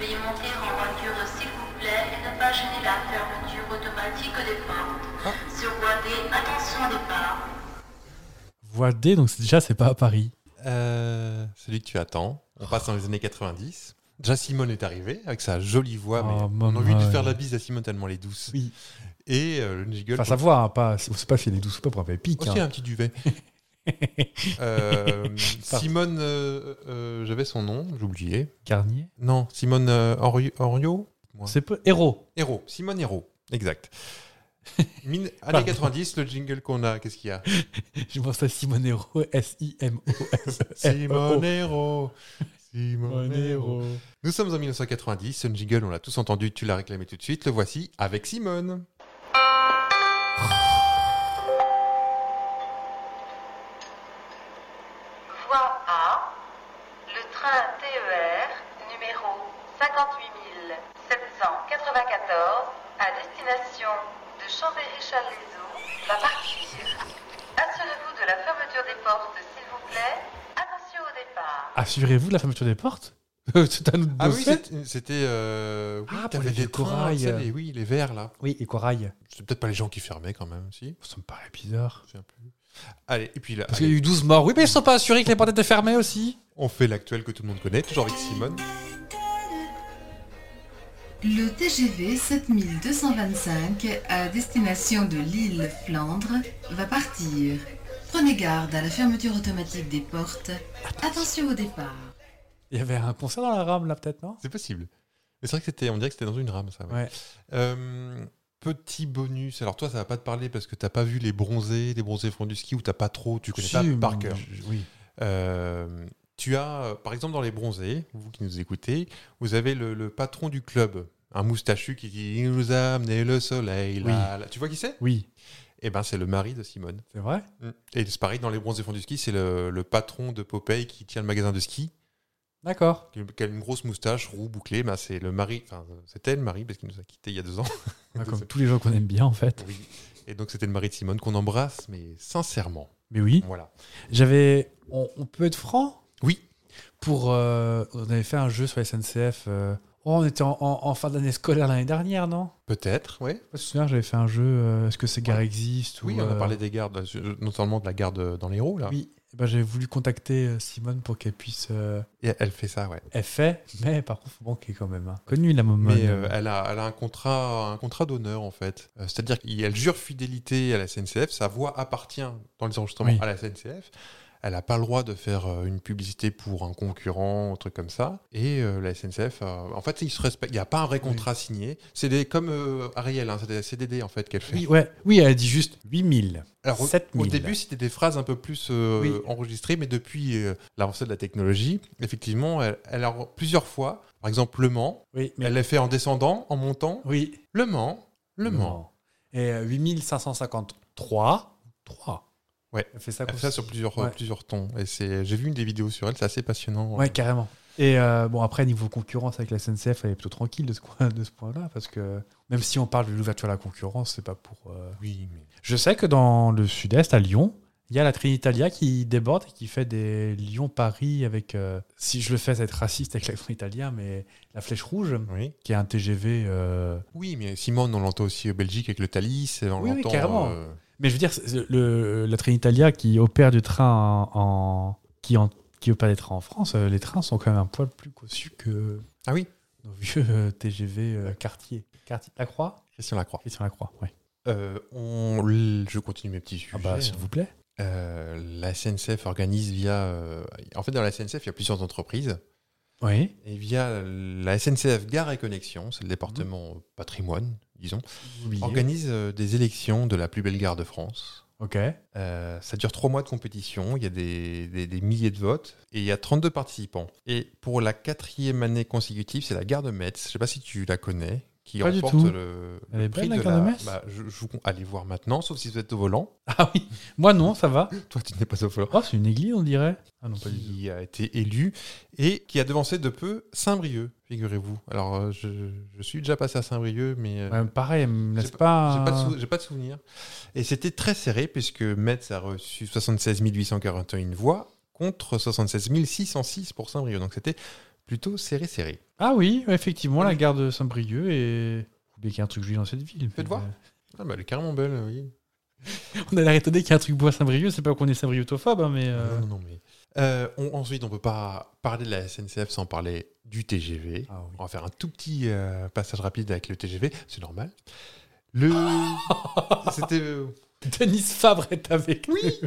Speaker 9: Veuillez monter en voiture s'il vous plaît et ne pas gêner la fermeture automatique des portes. Surboité, attention au départ.
Speaker 2: Voie D, donc c'est- déjà, c'est pas à Paris.
Speaker 3: Euh, celui que tu attends. On passe dans les années 90. Déjà, Simone est arrivée avec sa jolie voix. Ah, mais
Speaker 2: Oh,
Speaker 3: on a envie de
Speaker 2: maman,
Speaker 3: faire la
Speaker 2: ouais.
Speaker 3: bise à Simone tellement elle est douce.
Speaker 2: Oui.
Speaker 3: Et euh, le jiggle.
Speaker 2: Enfin,
Speaker 3: pour-
Speaker 2: savoir, hein, pas, c'est pas filer douce, pas pour faire pique.
Speaker 3: Aussi
Speaker 2: hein.
Speaker 3: un petit
Speaker 2: [laughs]
Speaker 3: duvet. Euh, Simone, euh, euh, j'avais son nom, j'oubliais.
Speaker 2: Carnier.
Speaker 3: Non, Simone euh, Henri- Henriot hein. Ouais.
Speaker 2: C'est peu. Héros.
Speaker 3: Héros, Simone Héros,
Speaker 2: [laughs]
Speaker 3: exact. Mine, années 90, le jingle qu'on a, qu'est-ce
Speaker 2: [laughs]
Speaker 3: qu'il y a
Speaker 2: Je pense à Simone Héros, S-I-M-O-S. oh.
Speaker 3: Simone Héros Simone Héros Nous sommes en 1990, ce jingle, on l'a tous entendu, tu l'as réclamé tout de suite, le voici avec Simone.
Speaker 9: Voie A, le train TER numéro 58794 à destination de Chambéry-Charles-les-Eaux va partir. Assurez-vous de la fermeture des portes, s'il vous plaît. Attention au départ.
Speaker 2: Assurez-vous de Ah, la fermeture des portes [laughs] C'est un autre
Speaker 3: Ah oui,
Speaker 2: dossier.
Speaker 3: c'est- c'était... euh, oui,
Speaker 2: Ah, pour
Speaker 3: t'avais
Speaker 2: les
Speaker 3: des
Speaker 2: vieux
Speaker 3: trains,
Speaker 2: corail.
Speaker 3: tu sais, les- oui, les verts, là.
Speaker 2: Oui, et Corail.
Speaker 3: C'est peut-être pas les gens qui fermaient, quand même, si
Speaker 2: Ça me paraît bizarre.
Speaker 3: C'est un peu- Allez, et puis là,
Speaker 2: Parce
Speaker 3: allez,
Speaker 2: qu'il y a eu 12 morts. Oui, mais ils sont pas assurés que les portes étaient fermées aussi.
Speaker 3: on fait l'actuel que tout le monde connaît, toujours avec Simone.
Speaker 10: Le TGV 7225 à destination de l'île Flandre va partir. Prenez garde à la fermeture automatique des portes. Attention au départ.
Speaker 2: Il y avait un concert dans la rame, là, peut-être, non
Speaker 3: C'est possible. Mais C'est vrai que c'était, on dirait que c'était dans une rame, ça. ouais.
Speaker 2: Ouais.
Speaker 3: Euh, petit bonus. Alors toi, ça va pas te parler parce que t'as pas vu les bronzés, les bronzés font du ski ou t'as pas trop, tu connais
Speaker 2: Si,
Speaker 3: pas
Speaker 2: mais-
Speaker 3: par cœur.
Speaker 2: Oui.
Speaker 3: Euh, tu as, euh, par exemple, dans les bronzés, vous qui nous écoutez, vous avez le, le patron du club, un moustachu qui dit "Il nous a amené le soleil." là, là. Tu vois qui c'est
Speaker 2: Oui.
Speaker 3: Eh ben, c'est le mari de Simone.
Speaker 2: C'est vrai
Speaker 3: Et c'est pareil dans les bronzés font du ski, c'est le, le patron de Popeye qui tient le magasin de ski. [laughs]
Speaker 2: D'accord.
Speaker 3: qui qui a une grosse moustache, roux, bouclée, ben, c'est le mari, enfin c'était le mari parce qu'il nous a quittés il y a deux ans.
Speaker 2: Ah, Comme tous les gens qu'on aime bien, en fait.
Speaker 3: Oui. [laughs] Et donc c'était le mari de Simone qu'on embrasse, mais sincèrement.
Speaker 2: Mais oui.
Speaker 3: Voilà.
Speaker 2: J'avais. On, on peut être franc
Speaker 3: Oui.
Speaker 2: Pour. euh, on avait fait un jeu sur la SNCF. euh, Oh, on était en, en- en fin d'année scolaire l'année dernière, non
Speaker 3: Peut-être, ouais.
Speaker 2: Je me souviens, j'avais fait un jeu. euh, Est-ce que ces gares
Speaker 3: Ouais.
Speaker 2: existent ou,
Speaker 3: Oui, on a
Speaker 2: euh,
Speaker 3: parlé des gardes, euh, notamment de la garde euh, dans l'Hérault, là.
Speaker 2: Oui. Eh ben, j'avais voulu contacter euh, Simone pour qu'elle puisse. euh,
Speaker 3: Et elle fait ça, ouais.
Speaker 2: elle fait, mais par contre, faut manquer quand même. hein. Connue la maman.
Speaker 3: Mais euh, elle, a, elle a un contrat, un contrat d'honneur, en fait. Euh, C'est-à-dire qu'elle jure fidélité à la SNCF, sa voix appartient dans les enregistrements
Speaker 2: Oui.
Speaker 3: à la SNCF. Elle n'a pas le droit de faire euh, une publicité pour un concurrent, un truc comme ça. Et euh, la SNCF, euh, en fait, il se respecte. Il n'y a pas un vrai contrat signé. C'est des- comme euh, Ariel, hein, c'est des CDD, en fait, qu'elle fait.
Speaker 2: Oui, ouais. oui, elle a dit juste 8000.
Speaker 3: Alors, au-
Speaker 2: 7000.
Speaker 3: au début, c'était des phrases un peu plus euh,
Speaker 2: Oui.
Speaker 3: enregistrées, mais depuis euh, l'avancée de la technologie, effectivement, elle, elle a plusieurs fois, par exemple, Le Mans,
Speaker 2: Oui, mais
Speaker 3: elle l'a fait en descendant, en montant,
Speaker 2: Oui.
Speaker 3: Le Mans, Le Mans.
Speaker 2: Et euh, 8553. 3.
Speaker 3: Ouais.
Speaker 2: Elle fait ça,
Speaker 3: Elle
Speaker 2: comme
Speaker 3: fait ça sur plusieurs,
Speaker 2: Ouais.
Speaker 3: plusieurs tons. Et c'est, j'ai vu une des vidéos sur elle, c'est assez passionnant.
Speaker 2: Ouais, carrément. Et euh, bon, après, niveau concurrence avec la SNCF, elle est plutôt tranquille de ce, coin- de ce point-là, parce que même si on parle de l'ouverture à la concurrence, c'est pas pour. euh,
Speaker 3: Oui, mais.
Speaker 2: Je sais que dans le sud-est, à Lyon, il y a la Trinitalia qui déborde et qui fait des Lyon-Paris avec. euh, si je le fais, ça va être raciste avec la Trinitalia, mais la Flèche Rouge,
Speaker 3: Oui.
Speaker 2: qui est un TGV. euh,
Speaker 3: Oui, mais Simone, on l'entend aussi en Belgique avec le Thalys. On
Speaker 2: Oui, oui,
Speaker 3: l'entend,
Speaker 2: carrément.
Speaker 3: euh,
Speaker 2: Mais je veux dire, c'est- le, la Trenitalia qui opère du train en, en- qui, en- qui opère des trains en France, euh, les trains sont quand même un poil plus cossus que
Speaker 3: Ah oui,
Speaker 2: nos vieux euh, TGV euh, quartier. quartier. La Croix
Speaker 3: Christian Lacroix.
Speaker 2: Christian Lacroix, oui.
Speaker 3: Euh, on... l- Je continue mes petits sujets.
Speaker 2: Ah bah, s'il vous plaît.
Speaker 3: Euh, la SNCF organise via. euh, En fait, dans la SNCF, il y a plusieurs entreprises.
Speaker 2: Oui.
Speaker 3: Et via la SNCF Gare et Connexion, c'est le département patrimoine, disons,
Speaker 2: oubliez.
Speaker 3: organise euh, des élections de la plus belle gare de France.
Speaker 2: Ok.
Speaker 3: Euh, ça dure trois mois de compétition, il y a des, des- des milliers de votes et il y a 32 participants. Et pour la quatrième année consécutive, c'est la gare de Metz, je ne sais pas si tu la connais, qui
Speaker 2: Pas du
Speaker 3: remporte
Speaker 2: tout.
Speaker 3: le,
Speaker 2: Elle
Speaker 3: le
Speaker 2: est
Speaker 3: prix
Speaker 2: belle, la gare de Metz
Speaker 3: bah, je, je vous con- allez voir maintenant, sauf si vous êtes au volant. [laughs]
Speaker 2: Ah oui, moi non, ça va.
Speaker 3: Toi, tu n'es pas au volant.
Speaker 2: Oh, c'est une église, on dirait. Ah non, pas du tout.
Speaker 3: Qui a été élu et qui a devancé de peu Saint-Brieuc, figurez-vous. Alors, euh, je, je suis déjà passé à Saint-Brieuc, mais euh,
Speaker 2: Ouais, pareil, elle me laisse
Speaker 3: J'ai
Speaker 2: pas.
Speaker 3: J'ai pas, de sou- j'ai pas de souvenir. Et c'était très serré puisque Metz a reçu 76 841 voix contre 76 606 pour Saint-Brieuc. Donc c'était plutôt serré, serré.
Speaker 2: Ah oui, effectivement, la gare de Saint-Brieuc et. Mais qu'il y a un truc joli dans cette ville. euh,
Speaker 3: Faites voir. Ah bah, elle est carrément belle, oui.
Speaker 2: On a l'air étonné qu'il y a un truc beau à Saint-Brieuc, c'est pas qu'on est Saint-Brieucophobe, hein, mais. euh,
Speaker 3: Non, non, non, mais. Euh, on- ensuite, on peut pas parler de la SNCF sans parler du TGV.
Speaker 2: Ah oui.
Speaker 3: On va faire un tout petit euh, passage rapide avec le TGV, c'est normal.
Speaker 2: [laughs]
Speaker 3: Le. c'était. euh,
Speaker 2: Denis Fabre est avec oui.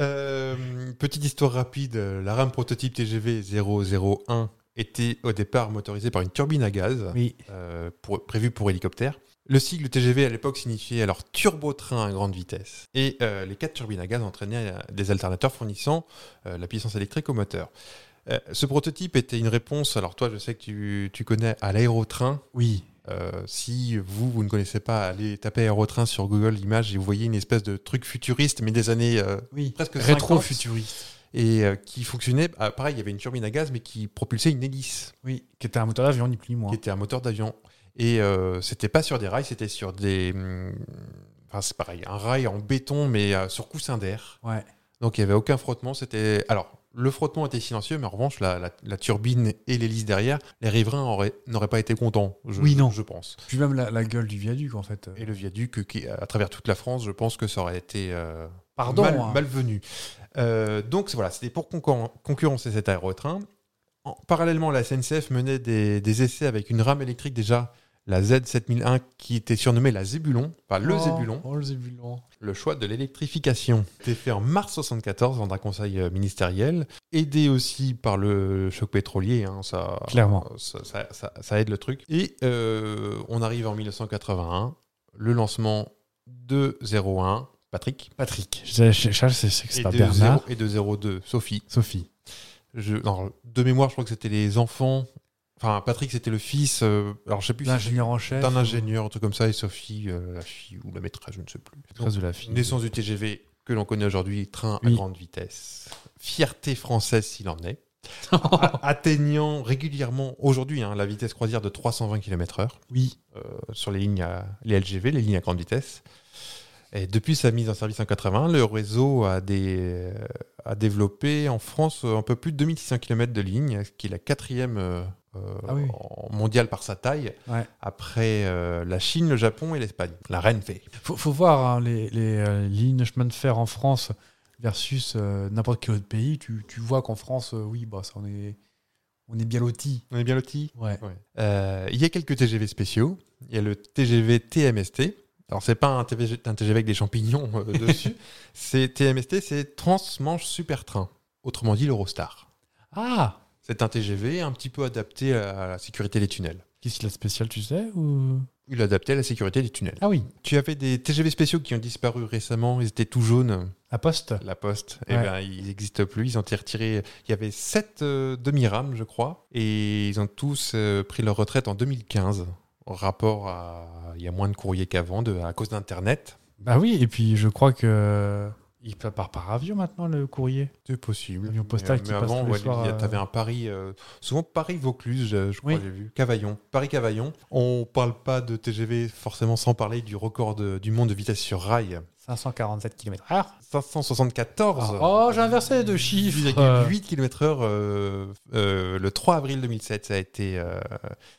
Speaker 3: Euh, petite histoire rapide, euh, la rame prototype TGV 001 était au départ motorisée par une turbine à gaz
Speaker 2: Oui.
Speaker 3: euh, pour- prévue pour hélicoptère. Le sigle TGV à l'époque signifiait alors turbotrain à grande vitesse. Et euh, les quatre turbines à gaz entraînaient euh, des alternateurs fournissant euh, la puissance électrique au moteur. Euh, ce prototype était une réponse, alors toi je sais que tu, tu connais, à l'aérotrain.
Speaker 2: Oui.
Speaker 3: Euh, si vous, vous ne connaissez pas, allez taper aérotrain sur Google Images et vous voyez une espèce de truc futuriste, mais des années euh,
Speaker 2: Oui.
Speaker 3: presque
Speaker 2: Rétro-futuriste.
Speaker 3: et euh, qui fonctionnait. ah, pareil, il y avait une turbine à gaz, mais qui propulsait une hélice,
Speaker 2: Oui. Qui était un moteur d'avion, ni plus ni moins.
Speaker 3: qui était un moteur d'avion. Et euh, c'était pas sur des rails, c'était sur des. hum, Enfin, c'est pareil, un rail en béton, mais euh, sur coussin d'air.
Speaker 2: Ouais.
Speaker 3: Donc il n'y avait aucun frottement. C'était. Alors, le frottement était silencieux, mais en revanche, la, la- la turbine et l'hélice derrière, les riverains auraient- n'auraient pas été contents. je-
Speaker 2: Oui, non.
Speaker 3: Je pense.
Speaker 2: Puis même la, la gueule du viaduc, en fait.
Speaker 3: Et le viaduc, euh, qui, à travers toute la France, je pense que ça aurait été. euh,
Speaker 2: Pardon.
Speaker 3: mal-
Speaker 2: hein.
Speaker 3: malvenu. Euh, donc voilà, c'était pour concurren- concurrencer cet aérotrain. En, parallèlement, la SNCF menait des, des essais avec une rame électrique déjà, la Z7001, qui était surnommée la Zébulon, enfin le
Speaker 2: Oh,
Speaker 3: Zébulon.
Speaker 2: Oh, le Zébulon.
Speaker 3: Le choix de l'électrification était fait en mars 74 dans un conseil euh, ministériel, aidé aussi par le choc pétrolier, hein, ça,
Speaker 2: Clairement.
Speaker 3: ça, ça- ça- ça aide le truc. Et euh, on arrive en 1981, le lancement de 01, Patrick,
Speaker 2: Patrick. Je- je- Charles, c'est c'est que c'est
Speaker 3: et
Speaker 2: pas
Speaker 3: de,
Speaker 2: Bernard.
Speaker 3: 0 et de 02, Sophie.
Speaker 2: Sophie.
Speaker 3: Je- alors, de mémoire, je crois que c'était les enfants. Enfin, Patrick, c'était le fils. euh, alors, je sais plus. si
Speaker 2: L'ingénieur en
Speaker 3: c'est
Speaker 2: chef.
Speaker 3: d'un ingénieur, un truc comme ça, et Sophie, euh, la fille ou la maîtresse, je ne sais plus.
Speaker 2: Maîtresse de la fille.
Speaker 3: Naissance du TGV que l'on connaît aujourd'hui, train à
Speaker 2: Oui.
Speaker 3: grande vitesse. Fierté française s'il en
Speaker 2: [laughs]
Speaker 3: est. A- atteignant régulièrement aujourd'hui hein, la vitesse croisière de 320 km/h
Speaker 2: Oui.
Speaker 3: euh, sur les lignes à, les LGV, les lignes à grande vitesse. Et depuis sa mise en service en 80, le réseau a, des, a développé en France euh, un peu plus de 2600 km de lignes, ce qui est la quatrième euh, euh,
Speaker 2: Ah oui.
Speaker 3: en- mondiale par sa taille,
Speaker 2: Ouais.
Speaker 3: après euh, la Chine, le Japon et l'Espagne. La Renfe.
Speaker 2: Faut, faut voir hein, les, les, euh, lignes de chemin de fer en France versus euh, n'importe quel autre pays. Tu, tu vois qu'en France, euh, oui, bah, ça, on, est, on est bien lotis.
Speaker 3: On est bien lotis
Speaker 2: Ouais.
Speaker 3: Euh, Il y a quelques TGV spéciaux. Il y a le TGV TMST. Alors, c'est pas un TGV, un TGV avec des champignons euh, dessus. C'est TMST, c'est Transmanche Super Train. Autrement dit, l'Eurostar.
Speaker 2: Ah
Speaker 3: C'est un TGV un petit peu adapté à la sécurité des tunnels.
Speaker 2: Qu'est-ce qu'il a de spécial, tu sais ou...
Speaker 3: Il est adapté à la sécurité des tunnels.
Speaker 2: Ah oui,
Speaker 3: Tu avais des TGV spéciaux qui ont disparu récemment, ils étaient tout jaunes,
Speaker 2: la poste.
Speaker 3: la poste. Eh
Speaker 2: Ouais.
Speaker 3: ben, ils n'existent plus, ils ont été retirés. Il y avait sept euh, demi-rames, je crois, et ils ont tous euh, pris leur retraite en 2015, en rapport à. Il y a moins de courriers qu'avant, de- à cause d'Internet.
Speaker 2: Bah oui, et puis je crois que Il pa- part par avion maintenant, le courrier
Speaker 3: C'est possible.
Speaker 2: Avion postal
Speaker 3: mais,
Speaker 2: qui
Speaker 3: mais
Speaker 2: passe
Speaker 3: avant,
Speaker 2: tous les
Speaker 3: ouais,
Speaker 2: soirs,
Speaker 3: il y a-
Speaker 2: euh,
Speaker 3: t'avais un Paris, euh, souvent Paris-Vaucluse, je, je crois
Speaker 2: Oui.
Speaker 3: que j'ai vu. Cavaillon, Paris-Cavaillon. On parle pas de TGV forcément sans parler du record de- du monde de vitesse sur rail.
Speaker 2: 547 km/h.
Speaker 3: 574.
Speaker 2: Oh, j'ai inversé les deux chiffres.
Speaker 3: 8 km/h euh, le 3 avril 2007, ça a, été, euh,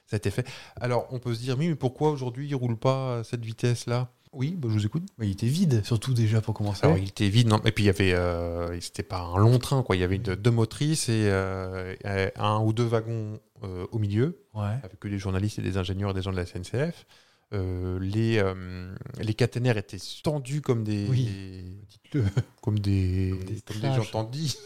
Speaker 3: ça a été fait. Alors, on peut se dire, oui, mais pourquoi aujourd'hui il roule pas à cette vitesse-là Oui, bah, je vous écoute.
Speaker 2: Mais il était vide, surtout déjà pour commencer.
Speaker 3: Alors, il était vide, non Et puis, il y avait. euh, C'était pas un long train, quoi. Il y avait de- deux motrices et euh, euh, un ou deux wagons euh, au milieu,
Speaker 2: Ouais.
Speaker 3: avec que des journalistes et des ingénieurs et des gens de la SNCF. Euh, les, euh, les caténaires étaient tendus comme des.
Speaker 2: Oui.
Speaker 3: [laughs] Comme des. Comme des, gens
Speaker 2: des trages. [laughs]
Speaker 3: tendis.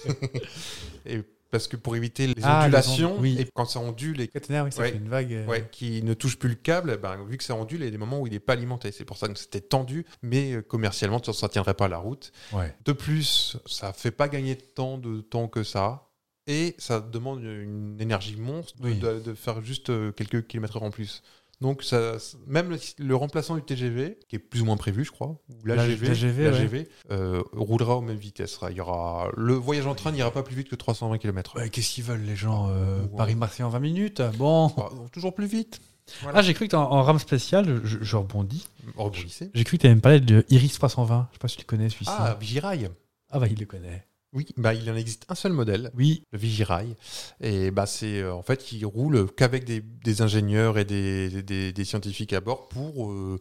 Speaker 3: et parce que pour éviter les
Speaker 2: Ah, les
Speaker 3: ondulations,
Speaker 2: ondes, oui.
Speaker 3: et quand ça ondule et
Speaker 2: Caténaire, oui, ça
Speaker 3: Ouais.
Speaker 2: fait une vague. euh,
Speaker 3: Ouais, qui ne touche plus le câble, ben, vu que ça ondule, il y a des moments où il n'est pas alimenté. C'est pour ça que c'était tendu, mais euh, commercialement, ça ne tiendrait pas la route.
Speaker 2: Ouais.
Speaker 3: De plus, ça ne fait pas gagner tant de temps que ça. Et ça demande une énergie monstre de,
Speaker 2: Oui.
Speaker 3: de- de faire juste euh, quelques kilomètres heure en plus. Donc, ça, même le, le remplaçant du TGV, qui est plus ou moins prévu, je crois, ou
Speaker 2: La-
Speaker 3: l'AGV,
Speaker 2: TGV, ouais.
Speaker 3: euh, roulera aux mêmes vitesses. Il y aura, le voyage en train n'ira pas plus vite que 320 km.
Speaker 2: Ouais, Qu'est-ce qu'ils veulent, les gens euh,
Speaker 3: Ouais.
Speaker 2: Paris-Marseille en 20 minutes Bon.
Speaker 3: toujours plus vite. Voilà.
Speaker 2: Ah, j'ai cru que t'es en, en rame spéciale, je, je rebondis.
Speaker 3: Rebondissez.
Speaker 2: J'ai cru que tu allais me parler de Iris 320. Je sais pas si tu le connais, celui-ci.
Speaker 3: Ah, Virail.
Speaker 2: Ah bah, il le connaît.
Speaker 3: Oui, bah, il en existe un seul modèle,
Speaker 2: Oui.
Speaker 3: le Vigirail. Et bah, c'est euh, en fait, il roule qu'avec des, des ingénieurs et des, des- des scientifiques à bord pour. euh,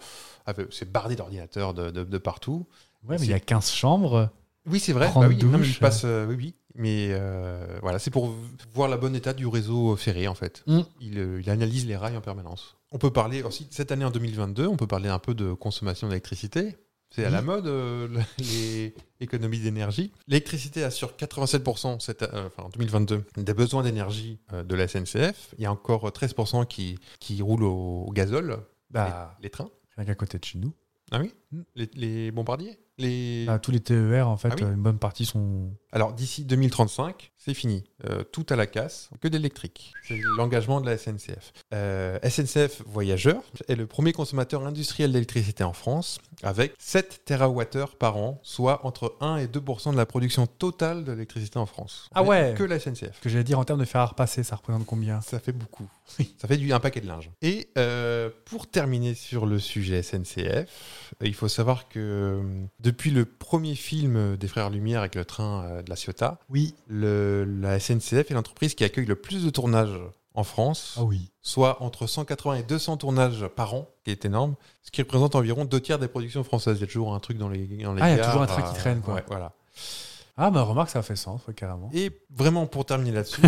Speaker 3: avec- c'est bardé d'ordinateurs de, de- de partout.
Speaker 2: Ouais, mais il y a 15 chambres.
Speaker 3: Oui, c'est vrai.
Speaker 2: Prendre
Speaker 3: oui, non, mais il
Speaker 2: douche.
Speaker 3: passe, euh, oui, oui. Mais euh, voilà, c'est pour voir la bonne état du réseau euh, ferré, en fait.
Speaker 2: Mm.
Speaker 3: Il, euh, il analyse les rails en permanence. On peut parler aussi, cette année en 2022, on peut parler un peu de consommation d'électricité. C'est à la mode, euh, [laughs] les économies d'énergie. L'électricité assure 87% cette, euh, enfin, en 2022 des besoins d'énergie euh, de la SNCF. Il y a encore 13% qui, qui roulent au, au gazole,
Speaker 2: Bah,
Speaker 3: les, les trains.
Speaker 2: rien qu'à côté de chez nous.
Speaker 3: Ah oui
Speaker 2: Mm.
Speaker 3: les, les bombardiers les...
Speaker 2: Ah, tous les TER, en fait,
Speaker 3: Ah oui.
Speaker 2: euh, une bonne partie sont.
Speaker 3: Alors d'ici 2035, c'est fini. Euh, tout à la casse, que d'électrique. C'est l'engagement de la SNCF. Euh, SNCF Voyageurs est le premier consommateur industriel d'électricité en France, avec 7 TWh par an, soit entre 1 et 2% de la production totale de l'électricité en France.
Speaker 2: Ah
Speaker 3: Mais
Speaker 2: ouais.
Speaker 3: Que la SNCF.
Speaker 2: Ce que j'allais dire en termes de fer à repasser, ça représente combien
Speaker 3: Ça fait beaucoup. Ça fait du, un paquet de linge. Et euh, pour terminer sur le sujet SNCF, il faut savoir que euh, depuis le premier film des Frères Lumière avec le train euh, de la Ciotat,
Speaker 2: Oui.
Speaker 3: le- la SNCF est l'entreprise qui accueille le plus de tournages en France,
Speaker 2: Ah oui.
Speaker 3: soit entre 180 et 200 tournages par an, qui est énorme, ce qui représente environ deux tiers des productions françaises. Il y a toujours un truc dans les, dans les
Speaker 2: Ah, il y a
Speaker 3: gares,
Speaker 2: toujours un train qui
Speaker 3: euh,
Speaker 2: traîne, quoi.
Speaker 3: ouais, voilà.
Speaker 2: Ah, bah, remarque, ça fait sens, ouais, carrément.
Speaker 3: Et vraiment, pour terminer
Speaker 2: [laughs]
Speaker 3: là-dessus,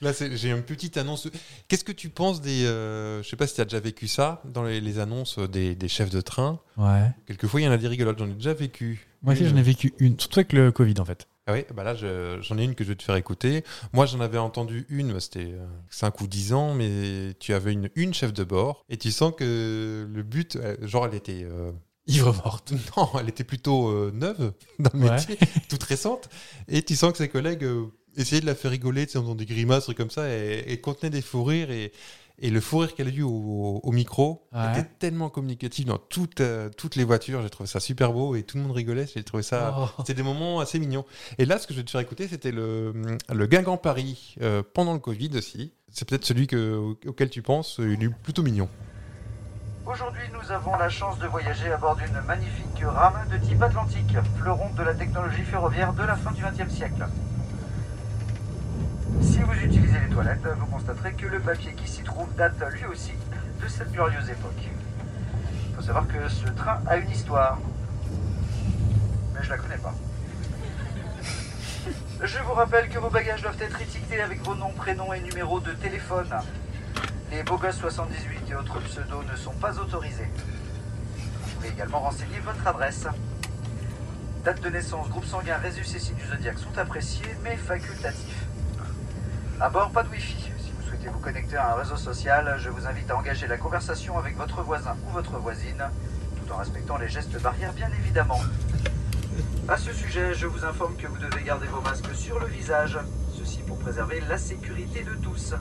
Speaker 3: là, c'est- j'ai une petite annonce. Qu'est-ce que tu penses des... euh, je sais pas si tu as déjà vécu ça, dans les, les annonces des, des chefs de train.
Speaker 2: Ouais.
Speaker 3: Quelquefois, il y en a des rigolotes, j'en ai déjà vécu.
Speaker 2: Moi aussi,
Speaker 3: Une.
Speaker 2: j'en ai vécu une. euh, Surtout avec le Covid, en fait.
Speaker 3: Ah oui, bah là, je- j'en ai une que je vais te faire écouter. Moi, j'en avais entendu une, bah, c'était 5 ou 10 ans, mais tu avais une, une chef de bord, et tu sens que le but, euh, genre, elle était... euh,
Speaker 2: Ivre morte.
Speaker 3: [laughs] non, elle était plutôt euh, neuve dans le
Speaker 2: Ouais.
Speaker 3: métier, [laughs] toute récente, et tu sens que ses collègues euh, essayaient de la faire rigoler, tu sais, en faisant des grimaces, trucs comme ça, et, et contenaient des fous rires, et... Et le fou rire qu'elle a eu au, au micro
Speaker 2: Ouais.
Speaker 3: était tellement communicatif dans toutes, euh, toutes les voitures. J'ai trouvé ça super beau et tout le monde rigolait. J'ai trouvé ça
Speaker 2: Oh.
Speaker 3: c'était des moments assez mignons. Et là, ce que je vais te faire écouter, c'était le, le Guingamp Paris euh, pendant le Covid aussi. C'est peut-être celui que, auquel tu penses. euh, Il est plutôt mignon.
Speaker 11: Aujourd'hui, nous avons la chance de voyager à bord d'une magnifique rame de type atlantique, fleuron de la technologie ferroviaire de la fin du XXe siècle. Si vous utilisez les toilettes, vous constaterez que le papier qui s'y trouve date lui aussi de cette glorieuse époque. Il faut savoir que ce train a une histoire. Mais je la connais pas. Je vous rappelle que vos bagages doivent être étiquetés avec vos noms, prénoms et numéros de téléphone. Les beaux gosses 78 et autres pseudos ne sont pas autorisés. Vous pouvez également renseigner votre adresse. Date de naissance, groupe sanguin, résus et signe du zodiaque sont appréciés, mais facultatifs. À bord, pas de Wi-Fi. Si vous souhaitez vous connecter à un réseau social, je vous invite à engager la conversation avec votre voisin ou votre voisine, tout en respectant les gestes barrières, bien évidemment. À ce sujet, je vous informe que vous devez garder vos masques sur le visage, ceci pour préserver la sécurité de tous.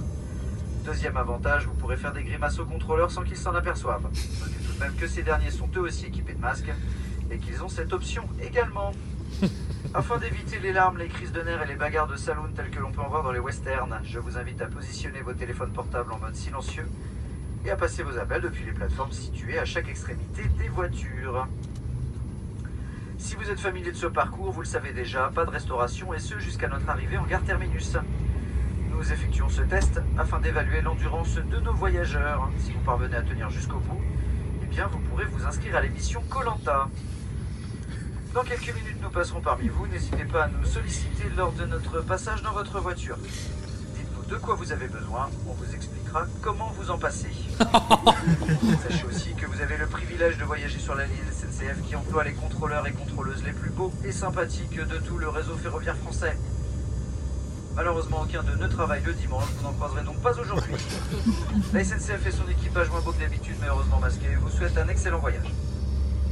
Speaker 11: Deuxième avantage, vous pourrez faire des grimaces aux contrôleurs sans qu'ils s'en aperçoivent. Notez tout de même que ces derniers sont eux aussi équipés de masques et qu'ils ont cette option également. Afin d'éviter les larmes, les crises de nerfs et les bagarres de saloon telles que l'on peut en voir dans les westerns, je vous invite à positionner vos téléphones portables en mode silencieux et à passer vos appels depuis les plateformes situées à chaque extrémité des voitures. Si vous êtes familier de ce parcours, vous le savez déjà, pas de restauration et ce jusqu'à notre arrivée en gare terminus. Nous effectuons ce test afin d'évaluer l'endurance de nos voyageurs. Si vous parvenez à tenir jusqu'au bout, eh bien vous pourrez vous inscrire à l'émission Colanta. Dans quelques minutes, nous passerons parmi vous. N'hésitez pas à nous solliciter lors de notre passage dans votre voiture. Dites-nous de quoi vous avez besoin. On vous expliquera comment vous en passer. Sachez aussi que vous avez le privilège de voyager sur la ligne SNCF qui emploie les contrôleurs et contrôleuses les plus beaux et sympathiques de tout le réseau ferroviaire français. Malheureusement, aucun d'eux ne travaille le dimanche, vous n'en croiserez donc pas aujourd'hui. La SNCF et son équipage moins beau que d'habitude, mais heureusement masqué, vous souhaitent un excellent voyage.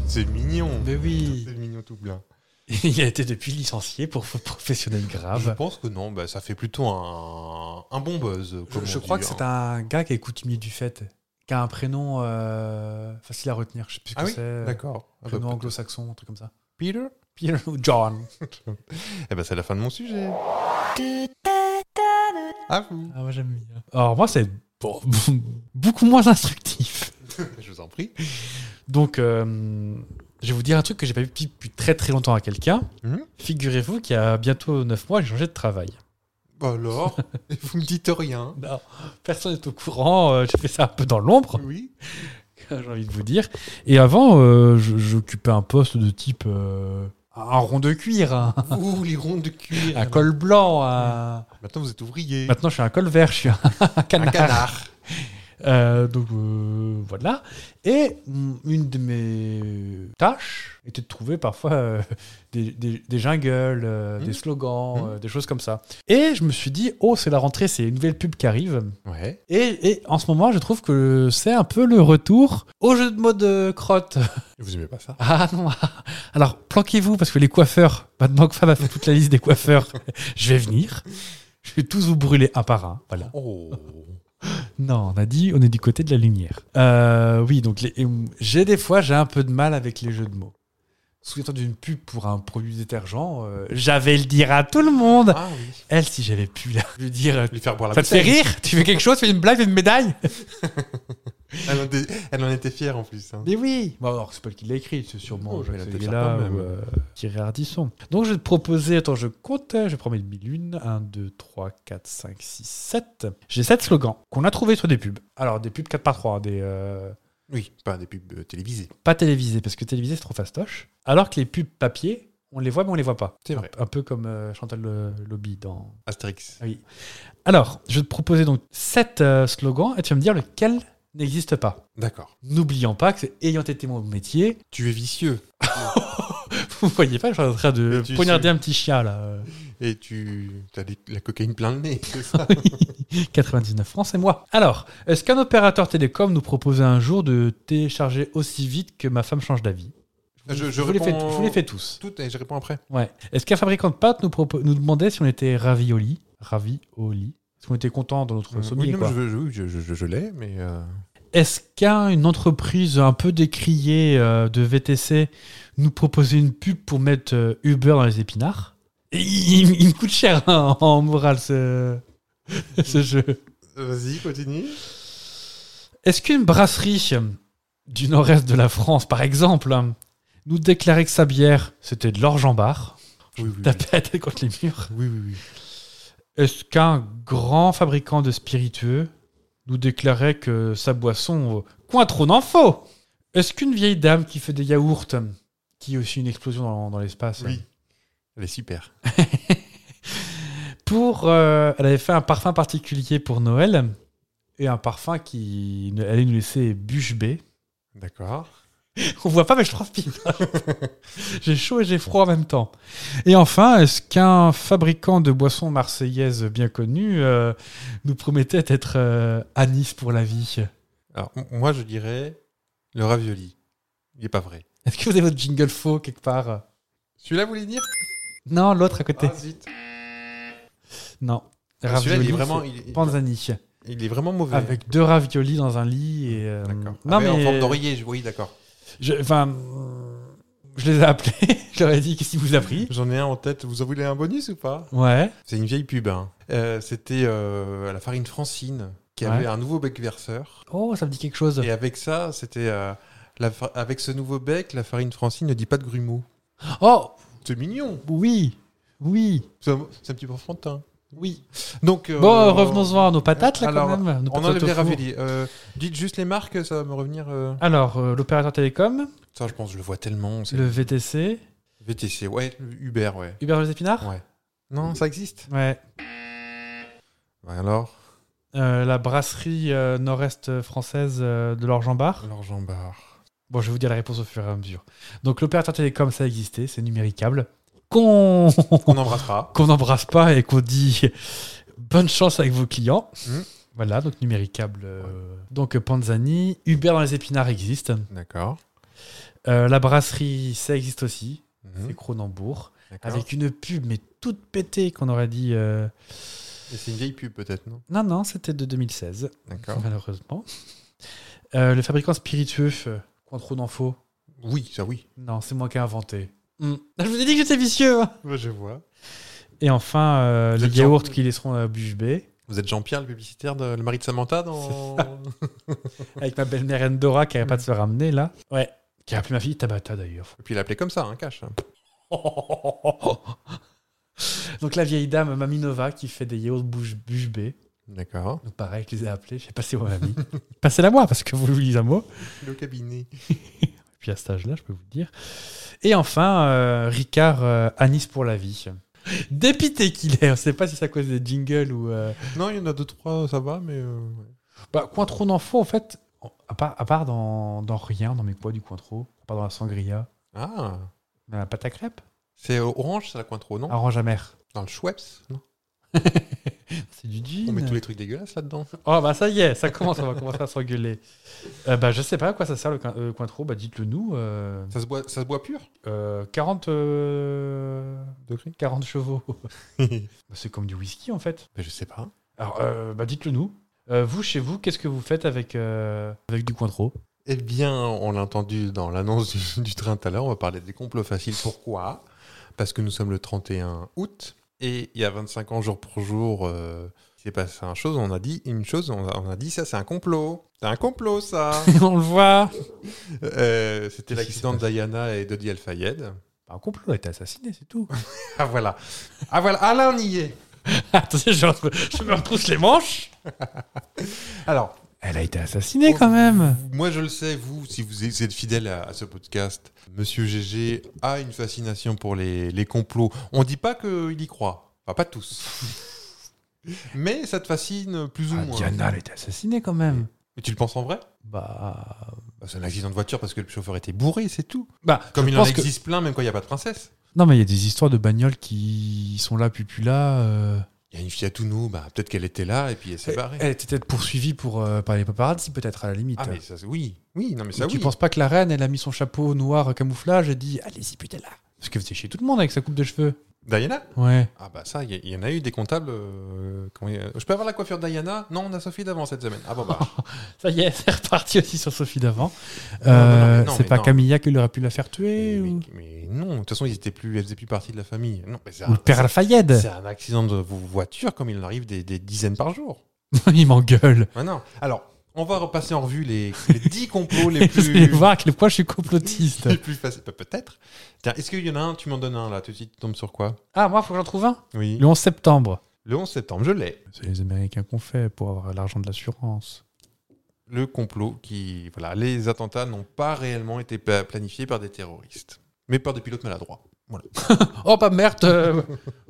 Speaker 3: C'est mignon.
Speaker 2: Mais oui.
Speaker 3: C'est mignon tout plein.
Speaker 2: [laughs] Il a été depuis licencié pour faute professionnelle
Speaker 3: Je
Speaker 2: grave.
Speaker 3: pense que non, bah, ça fait plutôt un, un bon buzz.
Speaker 2: Je,
Speaker 3: comme
Speaker 2: je
Speaker 3: on
Speaker 2: crois
Speaker 3: dit,
Speaker 2: que c'est
Speaker 3: hein.
Speaker 2: un gars qui est coutumier du fait, qui a un prénom euh, facile à retenir. Je sais plus ce
Speaker 3: Ah
Speaker 2: que
Speaker 3: oui,
Speaker 2: c'est.
Speaker 3: d'accord. Ah bah,
Speaker 2: Prénom anglo-saxon, un truc comme ça.
Speaker 3: Peter
Speaker 2: Peter ou John.
Speaker 3: Eh ben c'est la fin de mon sujet. À vous.
Speaker 2: Ah, moi j'aime bien. Alors, moi, c'est bon, [laughs] beaucoup moins instructif.
Speaker 3: Je vous en prie.
Speaker 2: Donc, euh, je vais vous dire un truc que j'ai pas vu depuis, depuis très très longtemps à quelqu'un.
Speaker 3: Mhm.
Speaker 2: Figurez-vous qu'il y a bientôt 9 mois, j'ai changé de travail.
Speaker 3: Bah
Speaker 2: [laughs]
Speaker 3: alors, vous me dites rien.
Speaker 2: Non, Bah, personne n'est au courant. euh, j'ai fait ça un peu dans l'ombre, [laughs]
Speaker 3: Oui.
Speaker 2: j'ai envie de vous dire. Et avant, euh, je- j'occupais un poste de type euh, un rond de cuir, un,
Speaker 3: Ouh, les ronds de cuir.
Speaker 2: un col blanc. un-
Speaker 3: Maintenant, vous êtes ouvrier.
Speaker 2: Maintenant, je suis un col vert, je suis un, [laughs] un canard.
Speaker 3: Un canard.
Speaker 2: Euh, donc euh, voilà. Et mm, une de mes tâches était de trouver parfois euh, des, des, des jingles, euh,
Speaker 3: Mhm.
Speaker 2: des slogans,
Speaker 3: Mhm.
Speaker 2: euh, des choses comme ça. Et je me suis dit, oh, c'est la rentrée, c'est une nouvelle pub qui arrive.
Speaker 3: Ouais.
Speaker 2: Et, et en ce moment, je trouve que c'est un peu le retour au jeu de mode euh, crotte.
Speaker 3: Vous aimez pas ça
Speaker 2: Ah non ah. Alors, planquez-vous, parce que les coiffeurs, maintenant que Fab a fait toute la liste des coiffeurs, [laughs] je vais venir. Je vais tous vous brûler un par un. Voilà.
Speaker 3: Oh.
Speaker 2: Non, on a dit, on est du côté de la lumière. Euh, oui, donc les- et, mm, j'ai des fois, j'ai un peu de mal avec les jeux de mots. Souviens-toi d'une pub pour un produit détergent, euh, j'avais le dire à tout le monde.
Speaker 3: Ah oui.
Speaker 2: Elle, si j'avais pu la lui dire, euh,
Speaker 3: Lui faire boire la
Speaker 2: ça te fait
Speaker 3: bouteille.
Speaker 2: rire Tu fais quelque chose, fais une blague, fais une médaille
Speaker 3: Elle en, était, elle en était fière en plus. hein.
Speaker 2: Mais oui Bon, alors, c'est pas le qui l'a écrit, c'est sûrement
Speaker 3: Oh,
Speaker 2: je
Speaker 3: mais elle a
Speaker 2: sais,
Speaker 3: peut-être
Speaker 2: il est
Speaker 3: ça
Speaker 2: là
Speaker 3: quand même.
Speaker 2: ou, euh, Thierry Ardisson. Donc, je vais te proposer, attends, je compte, hein, je prends mes demi-lunes. 1, 2, 3, 4, 5, 6, 7. J'ai 7 slogans qu'on a trouvés sur des pubs. Alors, des pubs 4 par 3 des, euh,
Speaker 3: Oui, pas des pubs euh, télévisées.
Speaker 2: pas télévisés, parce que télévisé, c'est trop fastoche. Alors que les pubs papier, on les voit, mais on les voit pas.
Speaker 3: C'est vrai.
Speaker 2: Un peu comme euh, Chantal euh, Lobby dans.
Speaker 3: Astérix.
Speaker 2: Ah oui. Alors, je vais te proposer donc 7 slogans et tu vas me dire lequel n'existe pas.
Speaker 3: D'accord.
Speaker 2: N'oubliant pas que, c'est ayant été mon métier,
Speaker 3: Tu es vicieux
Speaker 2: [laughs] Vous voyez pas, je suis en train de
Speaker 3: Mais tu
Speaker 2: poignarder
Speaker 3: sais.
Speaker 2: un petit chien là.
Speaker 3: et tu as des- la cocaïne plein le nez, [laughs] c'est ça
Speaker 2: 99 francs, c'est moi. Alors, est-ce qu'un opérateur télécom nous proposait un jour de télécharger aussi vite que ma femme change d'avis
Speaker 3: Je, je
Speaker 2: vous, les fais,
Speaker 3: réponds
Speaker 2: je vous les fais tous.
Speaker 3: toutes et je réponds après.
Speaker 2: Ouais. Est-ce qu'un fabricant de pâtes nous, propo- nous demandait si on était ravioli Ravioli Est-ce qu'on était content dans notre
Speaker 3: Euh,
Speaker 2: sommier
Speaker 3: oui, non,
Speaker 2: quoi
Speaker 3: je, veux- je, je- je- je l'ai, mais euh,
Speaker 2: Est-ce qu'une entreprise un peu décriée euh, de VTC nous proposait une pub pour mettre euh, Uber dans les épinards Et il, il- il me coûte cher hein, en morale ce, ce jeu.
Speaker 3: vas-y, continue.
Speaker 2: Est-ce qu'une brasserie euh, du nord-est de la France, par exemple, hein, nous déclarait que sa bière, c'était de l'orge en barre
Speaker 3: Oui, oui, oui.
Speaker 2: Tapé la tête contre les murs.
Speaker 3: Oui, oui, oui.
Speaker 2: Est-ce qu'un grand fabricant de spiritueux nous déclarait que sa boisson euh, coin trop n'en faut Est-ce qu'une vieille dame qui fait des yaourts, qui est aussi une explosion dans, dans l'espace,
Speaker 3: Oui. Elle est super.
Speaker 2: pour, euh, elle avait fait un parfum particulier pour Noël et un parfum qui ne- allait nous laisser bûche bée. [laughs]
Speaker 3: D'accord.
Speaker 2: On voit pas, mais je transpire. [laughs] j'ai chaud et j'ai froid en même temps. Et enfin, est-ce qu'un fabricant de boissons marseillaises bien connu euh, nous promettait d'être euh, à Nice pour la vie
Speaker 3: Alors, m- moi, je dirais le ravioli. Il est pas vrai.
Speaker 2: Est-ce que vous avez votre jingle faux quelque part
Speaker 3: Celui-là, vous voulez dire
Speaker 2: Non, l'autre à côté.
Speaker 3: Ah, zut.
Speaker 2: Non.
Speaker 3: Celui-là, il
Speaker 2: Ravioli,
Speaker 3: est vraiment,
Speaker 2: c'est
Speaker 3: il, il-
Speaker 2: Panzani.
Speaker 3: il est vraiment mauvais.
Speaker 2: Avec deux raviolis dans un lit et. euh,
Speaker 3: D'accord.
Speaker 2: Non,
Speaker 3: Ah, mais
Speaker 2: mais.
Speaker 3: en forme d'oreiller, je- oui, d'accord.
Speaker 2: je- Enfin. Je les ai appelés. [laughs] je leur ai dit qu'est-ce qui vous a pris.
Speaker 3: J'en ai un en tête. Vous en voulez un bonus ou pas
Speaker 2: Ouais.
Speaker 3: C'est une vieille pub. hein. Euh, C'était euh, à la farine Francine qui
Speaker 2: Ouais.
Speaker 3: avait un nouveau bec verseur.
Speaker 2: Oh, ça me dit quelque chose.
Speaker 3: Et avec ça, c'était euh, la fa- avec ce nouveau bec, la farine Francine ne dit pas de grumeaux.
Speaker 2: Oh,
Speaker 3: C'est mignon.
Speaker 2: oui. Oui.
Speaker 3: C'est un c'est un petit peu enfantin.
Speaker 2: Oui.
Speaker 3: Donc euh,
Speaker 2: Bon, euh, revenons-en à nos patates, là,
Speaker 3: alors,
Speaker 2: quand même. Nos
Speaker 3: On enlève
Speaker 2: patates au
Speaker 3: les
Speaker 2: four.
Speaker 3: raviolis. Euh, dites juste les marques, ça va me revenir. euh.
Speaker 2: Alors, euh, l'opérateur télécom,
Speaker 3: Ça, je pense, que je le vois tellement. c'est-
Speaker 2: le VTC,
Speaker 3: VTC, ouais, Uber, ouais.
Speaker 2: Hubert-José Pinard
Speaker 3: Ouais. Non, ça existe.
Speaker 2: Ouais.
Speaker 3: Ouais, alors,
Speaker 2: Euh, la brasserie euh, nord-est française euh, de l'Orgeambard.
Speaker 3: alors Jean Barre.
Speaker 2: Bon, je vais vous dire la réponse au fur et à mesure. Donc, l'opérateur télécom, ça existait, c'est numéricable. Qu'on [laughs]
Speaker 3: On embrassera.
Speaker 2: qu'on n'embrasse pas et qu'on dit [laughs] bonne chance avec vos clients.
Speaker 3: Mhm.
Speaker 2: Voilà, donc numéricable. euh, Donc, euh, Panzani. Uber dans les épinards existe.
Speaker 3: D'accord.
Speaker 2: Euh, la brasserie, ça existe aussi.
Speaker 3: Mhm.
Speaker 2: C'est Cronenbourg.
Speaker 3: D'accord.
Speaker 2: Avec une pub, mais toute pétée, qu'on aurait dit. euh,
Speaker 3: Et c'est une vieille pub, peut-être, non
Speaker 2: Non, non, c'était de 2016.
Speaker 3: D'accord.
Speaker 2: Malheureusement. Euh, le fabricant spiritueux, euh, contre d'infos.
Speaker 3: Oui, ça oui.
Speaker 2: Non, c'est moi qui ai inventé. Hmm. Je vous ai dit que j'étais vicieux. hein.
Speaker 3: je vois.
Speaker 2: Et enfin, euh,
Speaker 3: Vous
Speaker 2: les
Speaker 3: êtes gentil.
Speaker 2: yaourts qui laisseront à bûche B.
Speaker 3: Vous êtes Jean-Pierre, le publicitaire, de, le mari de Samantha dans...
Speaker 2: Avec ma belle-mère Endora qui n'arrête pas de se ramener là. Hmm. Ouais. Qui a appelé ma fille Tabata d'ailleurs.
Speaker 3: Et puis il l'appelait comme ça, hein, cash.
Speaker 2: [laughs] Donc la vieille dame, Mamie Nova, qui fait des yaourts bouche, bûche B.
Speaker 3: D'accord.
Speaker 2: Donc pareil, je les ai appelés. J'ai passé aux [laughs] mamies. Passez-la moi parce que vous lui dites un mot.
Speaker 3: Le cabinet.
Speaker 2: Puis à cet âge-là, je peux vous le dire. Et enfin, euh, Ricard, euh, à Nice pour la vie. Dépité qu'il est, on ne sait pas si c'est à cause des jingles ou. euh,
Speaker 3: Non, il y en a deux, trois, ça va, mais... euh, ouais.
Speaker 2: Bah, Cointreau d'enfant, en fait, à part, à part dans, dans rien, dans mes poids du Cointreau, à part dans la sangria,
Speaker 3: Ah
Speaker 2: dans la pâte à crêpes,
Speaker 3: c'est euh, orange, ça la coin trop, non
Speaker 2: orange amère.
Speaker 3: Dans le Schweppes, non
Speaker 2: C'est du jean.
Speaker 3: On met tous les trucs dégueulasses là-dedans.
Speaker 2: Oh bah ça y est, ça commence, on va commencer à s'engueuler. Euh, bah je sais pas à quoi ça sert le coin- euh, Cointreau, bah dites-le nous. euh,
Speaker 3: Ça se boit, ça se boit pur
Speaker 2: euh, 40, euh,
Speaker 3: Degré
Speaker 2: 40 chevaux. Bah, C'est comme du whisky en fait.
Speaker 3: Mais Je sais pas.
Speaker 2: Alors, euh, bah, dites-le nous. Euh, vous, chez vous, qu'est-ce que vous faites avec, euh, avec du Cointreau
Speaker 3: Eh bien, on l'a entendu dans l'annonce du, [laughs] du train tout à l'heure, on va parler des complots faciles. Pourquoi Parce que nous sommes le 31 août et il y a 25 ans, jour pour jour, euh, il s'est passé un chose, on a dit une chose, on a, on a dit ça, c'est un complot. C'est un complot, [laughs] ça
Speaker 2: [laughs] On le voit
Speaker 3: Euh, C'était
Speaker 2: Qu'est-ce
Speaker 3: l'accident
Speaker 2: qui
Speaker 3: de
Speaker 2: s'est passé
Speaker 3: Diana et d'Odi Al-Fayed.
Speaker 2: Bah, Un complot a été assassiné, c'est tout.
Speaker 3: Ah voilà Ah voilà Ah là, on y est
Speaker 2: [laughs] Attendez, je, re- je me retrousse les manches
Speaker 3: Alors,
Speaker 2: Elle a été assassinée quand même
Speaker 3: moi je le sais, vous, si vous êtes fidèle à, à ce podcast, Monsieur GG a une fascination pour les, les complots. On dit pas qu'il y croit, enfin pas tous.
Speaker 2: [laughs]
Speaker 3: Mais ça te fascine plus ou
Speaker 2: Ah,
Speaker 3: moins.
Speaker 2: Diana, elle a été assassinée quand même
Speaker 3: Et tu le penses en vrai
Speaker 2: Bah...
Speaker 3: Bah, C'est un accident de voiture parce que le chauffeur était bourré, c'est tout.
Speaker 2: Bah,
Speaker 3: Comme
Speaker 2: je
Speaker 3: il en
Speaker 2: pense que-
Speaker 3: existe plein, même quand il n'y a pas de princesse.
Speaker 2: Non, mais il y a des histoires de bagnoles qui sont là, puis plus là... euh.
Speaker 3: Il y a une fille à Tounou, bah, peut-être qu'elle était là et puis elle s'est
Speaker 2: Elle
Speaker 3: barrée.
Speaker 2: elle était peut-être poursuivie pour, euh, par les paparazzi, peut-être, à la limite.
Speaker 3: Ah mais ça, c'est- oui, oui, non mais
Speaker 2: Mais
Speaker 3: ça
Speaker 2: tu
Speaker 3: oui.
Speaker 2: penses pas que la reine, elle a mis son chapeau noir camouflage et dit « Allez-y, putain, là !» Parce que faisait chier tout le monde avec sa coupe de cheveux.
Speaker 3: Diana
Speaker 2: Ouais.
Speaker 3: Ah bah ça, il y, il y en a eu des comptables. euh, comment il- Je peux avoir la coiffure de Diana Non, on a Sophie d'avant cette semaine. Ah bon bah.
Speaker 2: Ça y est, [laughs] c'est reparti aussi sur Sophie d'avant.
Speaker 3: Non,
Speaker 2: Euh,
Speaker 3: non, non, mais non,
Speaker 2: c'est
Speaker 3: mais
Speaker 2: pas
Speaker 3: non.
Speaker 2: Camilla qui aurait pu la faire
Speaker 3: Mais,
Speaker 2: tuer ou...
Speaker 3: mais- mais non, de toute façon, ils étaient plus, elles faisaient plus partie de la famille. Non, mais c'est
Speaker 2: ou le
Speaker 3: un,
Speaker 2: père Alfayed.
Speaker 3: c'est un accident de vo- voiture comme il en arrive des, des dizaines par jour.
Speaker 2: [laughs] Il m'engueule.
Speaker 3: Ah non. Alors, on va repasser en revue les,
Speaker 2: [laughs]
Speaker 3: les 10 complots les
Speaker 2: Vous allez
Speaker 3: plus,
Speaker 2: voir à quel point je suis complotiste.
Speaker 3: les plus faciles. Pe- Peut-être. Tiens, est-ce qu'il y en a un Tu m'en donnes un là. Tout de suite, tu tombes sur quoi
Speaker 2: ah, moi, faut que j'en trouve un
Speaker 3: Oui.
Speaker 2: Le 11 septembre.
Speaker 3: Le 11 septembre, je l'ai.
Speaker 2: C'est les Américains qu'on fait pour avoir l'argent de l'assurance.
Speaker 3: Le complot qui. Voilà, les attentats n'ont pas réellement été pla- planifiés par des terroristes, mais par des pilotes maladroits. Voilà.
Speaker 2: Oh, bah merde
Speaker 3: [laughs]
Speaker 2: euh,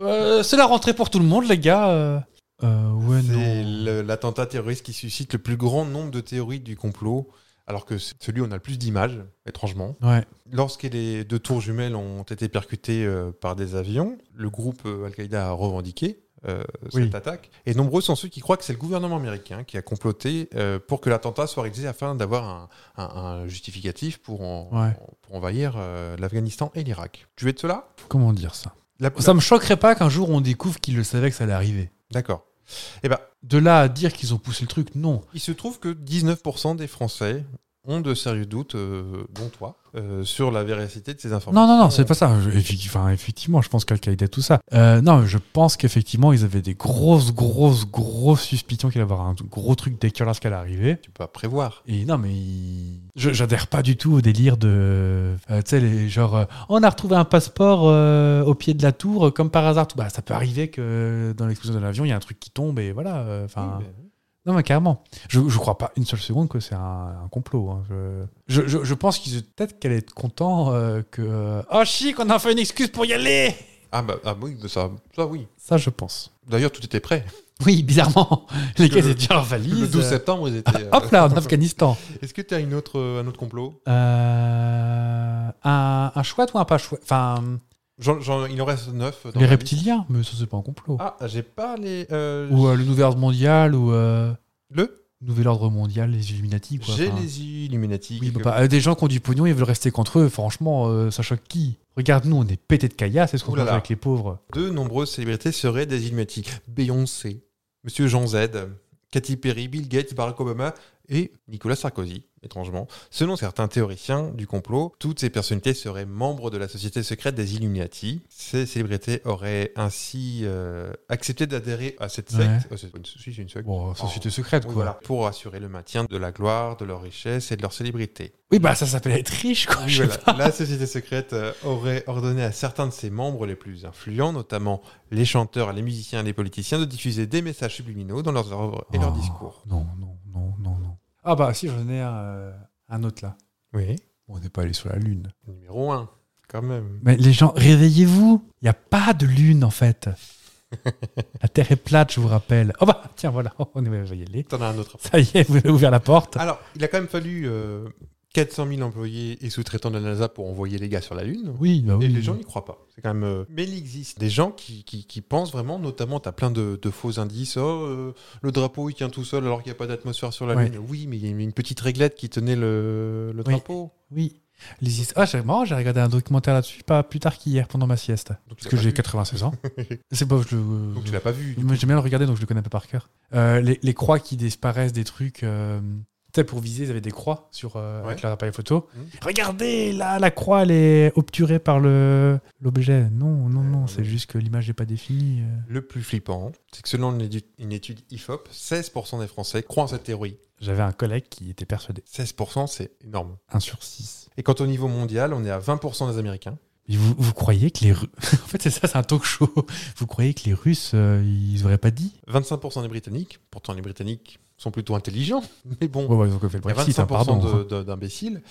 Speaker 2: euh, C'est la rentrée pour tout le monde, les gars euh. Euh, ouais,
Speaker 3: C'est
Speaker 2: non.
Speaker 3: le- l'attentat terroriste qui suscite le plus grand nombre de théories du complot, alors que c'est celui où on a le plus d'images, étrangement.
Speaker 2: Ouais.
Speaker 3: Lorsque les deux tours jumelles ont été percutées euh, par des avions, le groupe euh, Al-Qaïda a revendiqué euh,
Speaker 2: Oui.
Speaker 3: cette attaque. Et nombreux sont ceux qui croient que c'est le gouvernement américain qui a comploté euh, pour que l'attentat soit réalisé afin d'avoir un, un- un justificatif pour, en-
Speaker 2: Ouais.
Speaker 3: pour envahir euh, l'Afghanistan et l'Irak. Tu es de cela
Speaker 2: Comment dire ça
Speaker 3: La-
Speaker 2: Ça me choquerait pas qu'un jour on découvre qu'ils le savaient que ça allait arriver.
Speaker 3: D'accord. Eh ben,
Speaker 2: De là à dire qu'ils ont poussé le truc, non.
Speaker 3: Il se trouve que 19% des Français ont de sérieux doutes, euh, dont toi, euh, sur la véracité de ces
Speaker 2: Non,
Speaker 3: informations.
Speaker 2: non, non, c'est pas ça. Je- effi- enfin, effectivement, je pense qu'Al-Qaïda, tout ça. Euh, non, je pense qu'effectivement, ils avaient des grosses, grosses, grosses suspicions qu'il allait y avoir un gros truc dégueulasse qu'elle arrivait.
Speaker 3: Tu peux pas prévoir.
Speaker 2: Et non, mais il- je- j'adhère pas du tout au délire de. euh, tu sais, les- genre, euh, on a retrouvé un passeport euh, au pied de la tour, euh, comme par hasard. Tout- Bah, ça peut arriver que dans l'explosion de l'avion, il y a un truc qui tombe et voilà. euh, Enfin.
Speaker 3: Oui,
Speaker 2: Non, mais carrément. Je, je crois pas une seule seconde que c'est un, un complot. hein. Je, je, je- je pense qu'ils peut-être qu'elle est contente que. euh, oh, chic, on a fait une excuse pour y aller
Speaker 3: Ah, bah, ah oui, bah, ça, ça oui.
Speaker 2: Ça, je pense.
Speaker 3: D'ailleurs, tout était prêt.
Speaker 2: Oui, bizarrement. [laughs] Les
Speaker 3: Parce
Speaker 2: gars
Speaker 3: que
Speaker 2: étaient déjà en
Speaker 3: le,
Speaker 2: valise.
Speaker 3: le 12 septembre, ils étaient. euh,
Speaker 2: Ah, Hop là, en Afghanistan.
Speaker 3: [laughs] Est-ce que tu as une autre, euh, un autre complot
Speaker 2: Euh, un, un chouette ou un pas chouette Enfin,
Speaker 3: J'en- j'en- Il en reste 9.
Speaker 2: les reptiliens, mais ça, c'est pas un complot.
Speaker 3: Ah, j'ai pas les. euh,
Speaker 2: Ou euh, le Nouvel Ordre Mondial, ou euh,
Speaker 3: le
Speaker 2: Nouvel Ordre Mondial, les Illuminati, quoi.
Speaker 3: J'ai
Speaker 2: enfin.
Speaker 3: les Illuminati.
Speaker 2: Oui, bah,
Speaker 3: quelque-
Speaker 2: bah, euh, des gens qui ont du pognon, ils veulent rester contre eux. Franchement, euh, ça choque qui Regarde, nous, on est pété de caillasse, c'est ce qu'on
Speaker 3: Ouh là
Speaker 2: fait
Speaker 3: là.
Speaker 2: avec les pauvres.
Speaker 3: De nombreuses célébrités seraient des Illuminati. Beyoncé, Monsieur Jean Z, Katy Perry, Bill Gates, Barack Obama et Nicolas Sarkozy, étrangement. Selon certains théoriciens du complot, toutes ces personnalités seraient membres de la société secrète des Illuminati. Ces célébrités auraient ainsi euh, accepté d'adhérer à cette secte.
Speaker 2: Ouais.
Speaker 3: Oh, c'est pas une, si, c'est une secte.
Speaker 2: Bon, euh, société secrète,
Speaker 3: Oui,
Speaker 2: quoi.
Speaker 3: Oh, voilà. Pour assurer le maintien de la gloire, de leur richesse et de leur célébrité.
Speaker 2: Oui, bah, ça s'appelle être riche, quoi.
Speaker 3: Oui,
Speaker 2: je sais
Speaker 3: voilà.
Speaker 2: pas.
Speaker 3: La société secrète euh, aurait ordonné à certains de ses membres les plus influents, notamment les chanteurs, les musiciens, les politiciens, de diffuser des messages subliminaux dans leurs œuvres et leurs
Speaker 2: Oh,
Speaker 3: discours.
Speaker 2: Non, non, non, non, non. Ah, bah, si, j'en ai un, euh, un autre là.
Speaker 3: Oui.
Speaker 2: Bon, on n'est pas allé sur la Lune.
Speaker 3: Numéro 1, quand même.
Speaker 2: Mais les gens, réveillez-vous. Il n'y a pas de lune, en [laughs] fait. la Terre est plate, je vous rappelle. Oh bah, tiens, voilà, [laughs] on est réveillés.
Speaker 3: T'en as un autre.
Speaker 2: Ça y est, vous avez ouvert la porte.
Speaker 3: Alors, il a quand même fallu euh, 400 000 employés et sous-traitants de la NASA pour envoyer les gars sur la Lune.
Speaker 2: Oui, bah oui.
Speaker 3: Et les gens n'y croient pas. C'est quand même. euh, Mais il existe des gens qui, qui, qui pensent vraiment, notamment, tu as plein de, de faux indices. Oh, euh, le drapeau, il tient tout seul alors qu'il n'y a pas d'atmosphère sur la
Speaker 2: Ouais.
Speaker 3: Lune. Oui, mais il y a une petite réglette qui tenait le, le drapeau.
Speaker 2: Oui. Les his- Ah, c'est marrant, j'ai regardé un documentaire là-dessus, pas plus tard qu'hier, pendant ma sieste.
Speaker 3: tu
Speaker 2: parce
Speaker 3: l'as
Speaker 2: que
Speaker 3: pas
Speaker 2: j'ai
Speaker 3: vu.
Speaker 2: 96
Speaker 3: [laughs]
Speaker 2: ans. c'est pas, je le.
Speaker 3: Ah, Donc tu l'as pas vu.
Speaker 2: Mais J'aime bien le regarder, donc je le connais un peu par cœur. Euh, les, les croix qui disparaissent des trucs. euh, Tu sais, pour viser, ils avaient des croix sur, euh, avec
Speaker 3: Ouais.
Speaker 2: leur appareil photo.
Speaker 3: Mhm.
Speaker 2: Regardez, là, la croix, elle est obturée par le l'objet. Non, non,
Speaker 3: Ouais,
Speaker 2: non,
Speaker 3: ouais,
Speaker 2: c'est
Speaker 3: ouais.
Speaker 2: juste que l'image n'est pas définie. euh.
Speaker 3: Le plus flippant, c'est que selon une édu- une étude IFOP, 16% des Français croient en cette théorie.
Speaker 2: J'avais un collègue qui était persuadé.
Speaker 3: 16%, c'est énorme.
Speaker 2: 1 sur 6.
Speaker 3: Et quand au niveau mondial, on est à 20% des Américains.
Speaker 2: Mais vous, vous croyez que les Russes. [laughs] en fait, c'est ça, c'est un talk show. Vous croyez que les Russes, euh, ils auraient pas dit
Speaker 3: Mmh. 25% des Britanniques. Pourtant, les Britanniques sont plutôt intelligents. [laughs] Mais bon,
Speaker 2: Ouais, ouais, ils ont fait le
Speaker 3: il y a
Speaker 2: Brexit, hein,
Speaker 3: 25%
Speaker 2: pardon.
Speaker 3: de- de- d'imbéciles.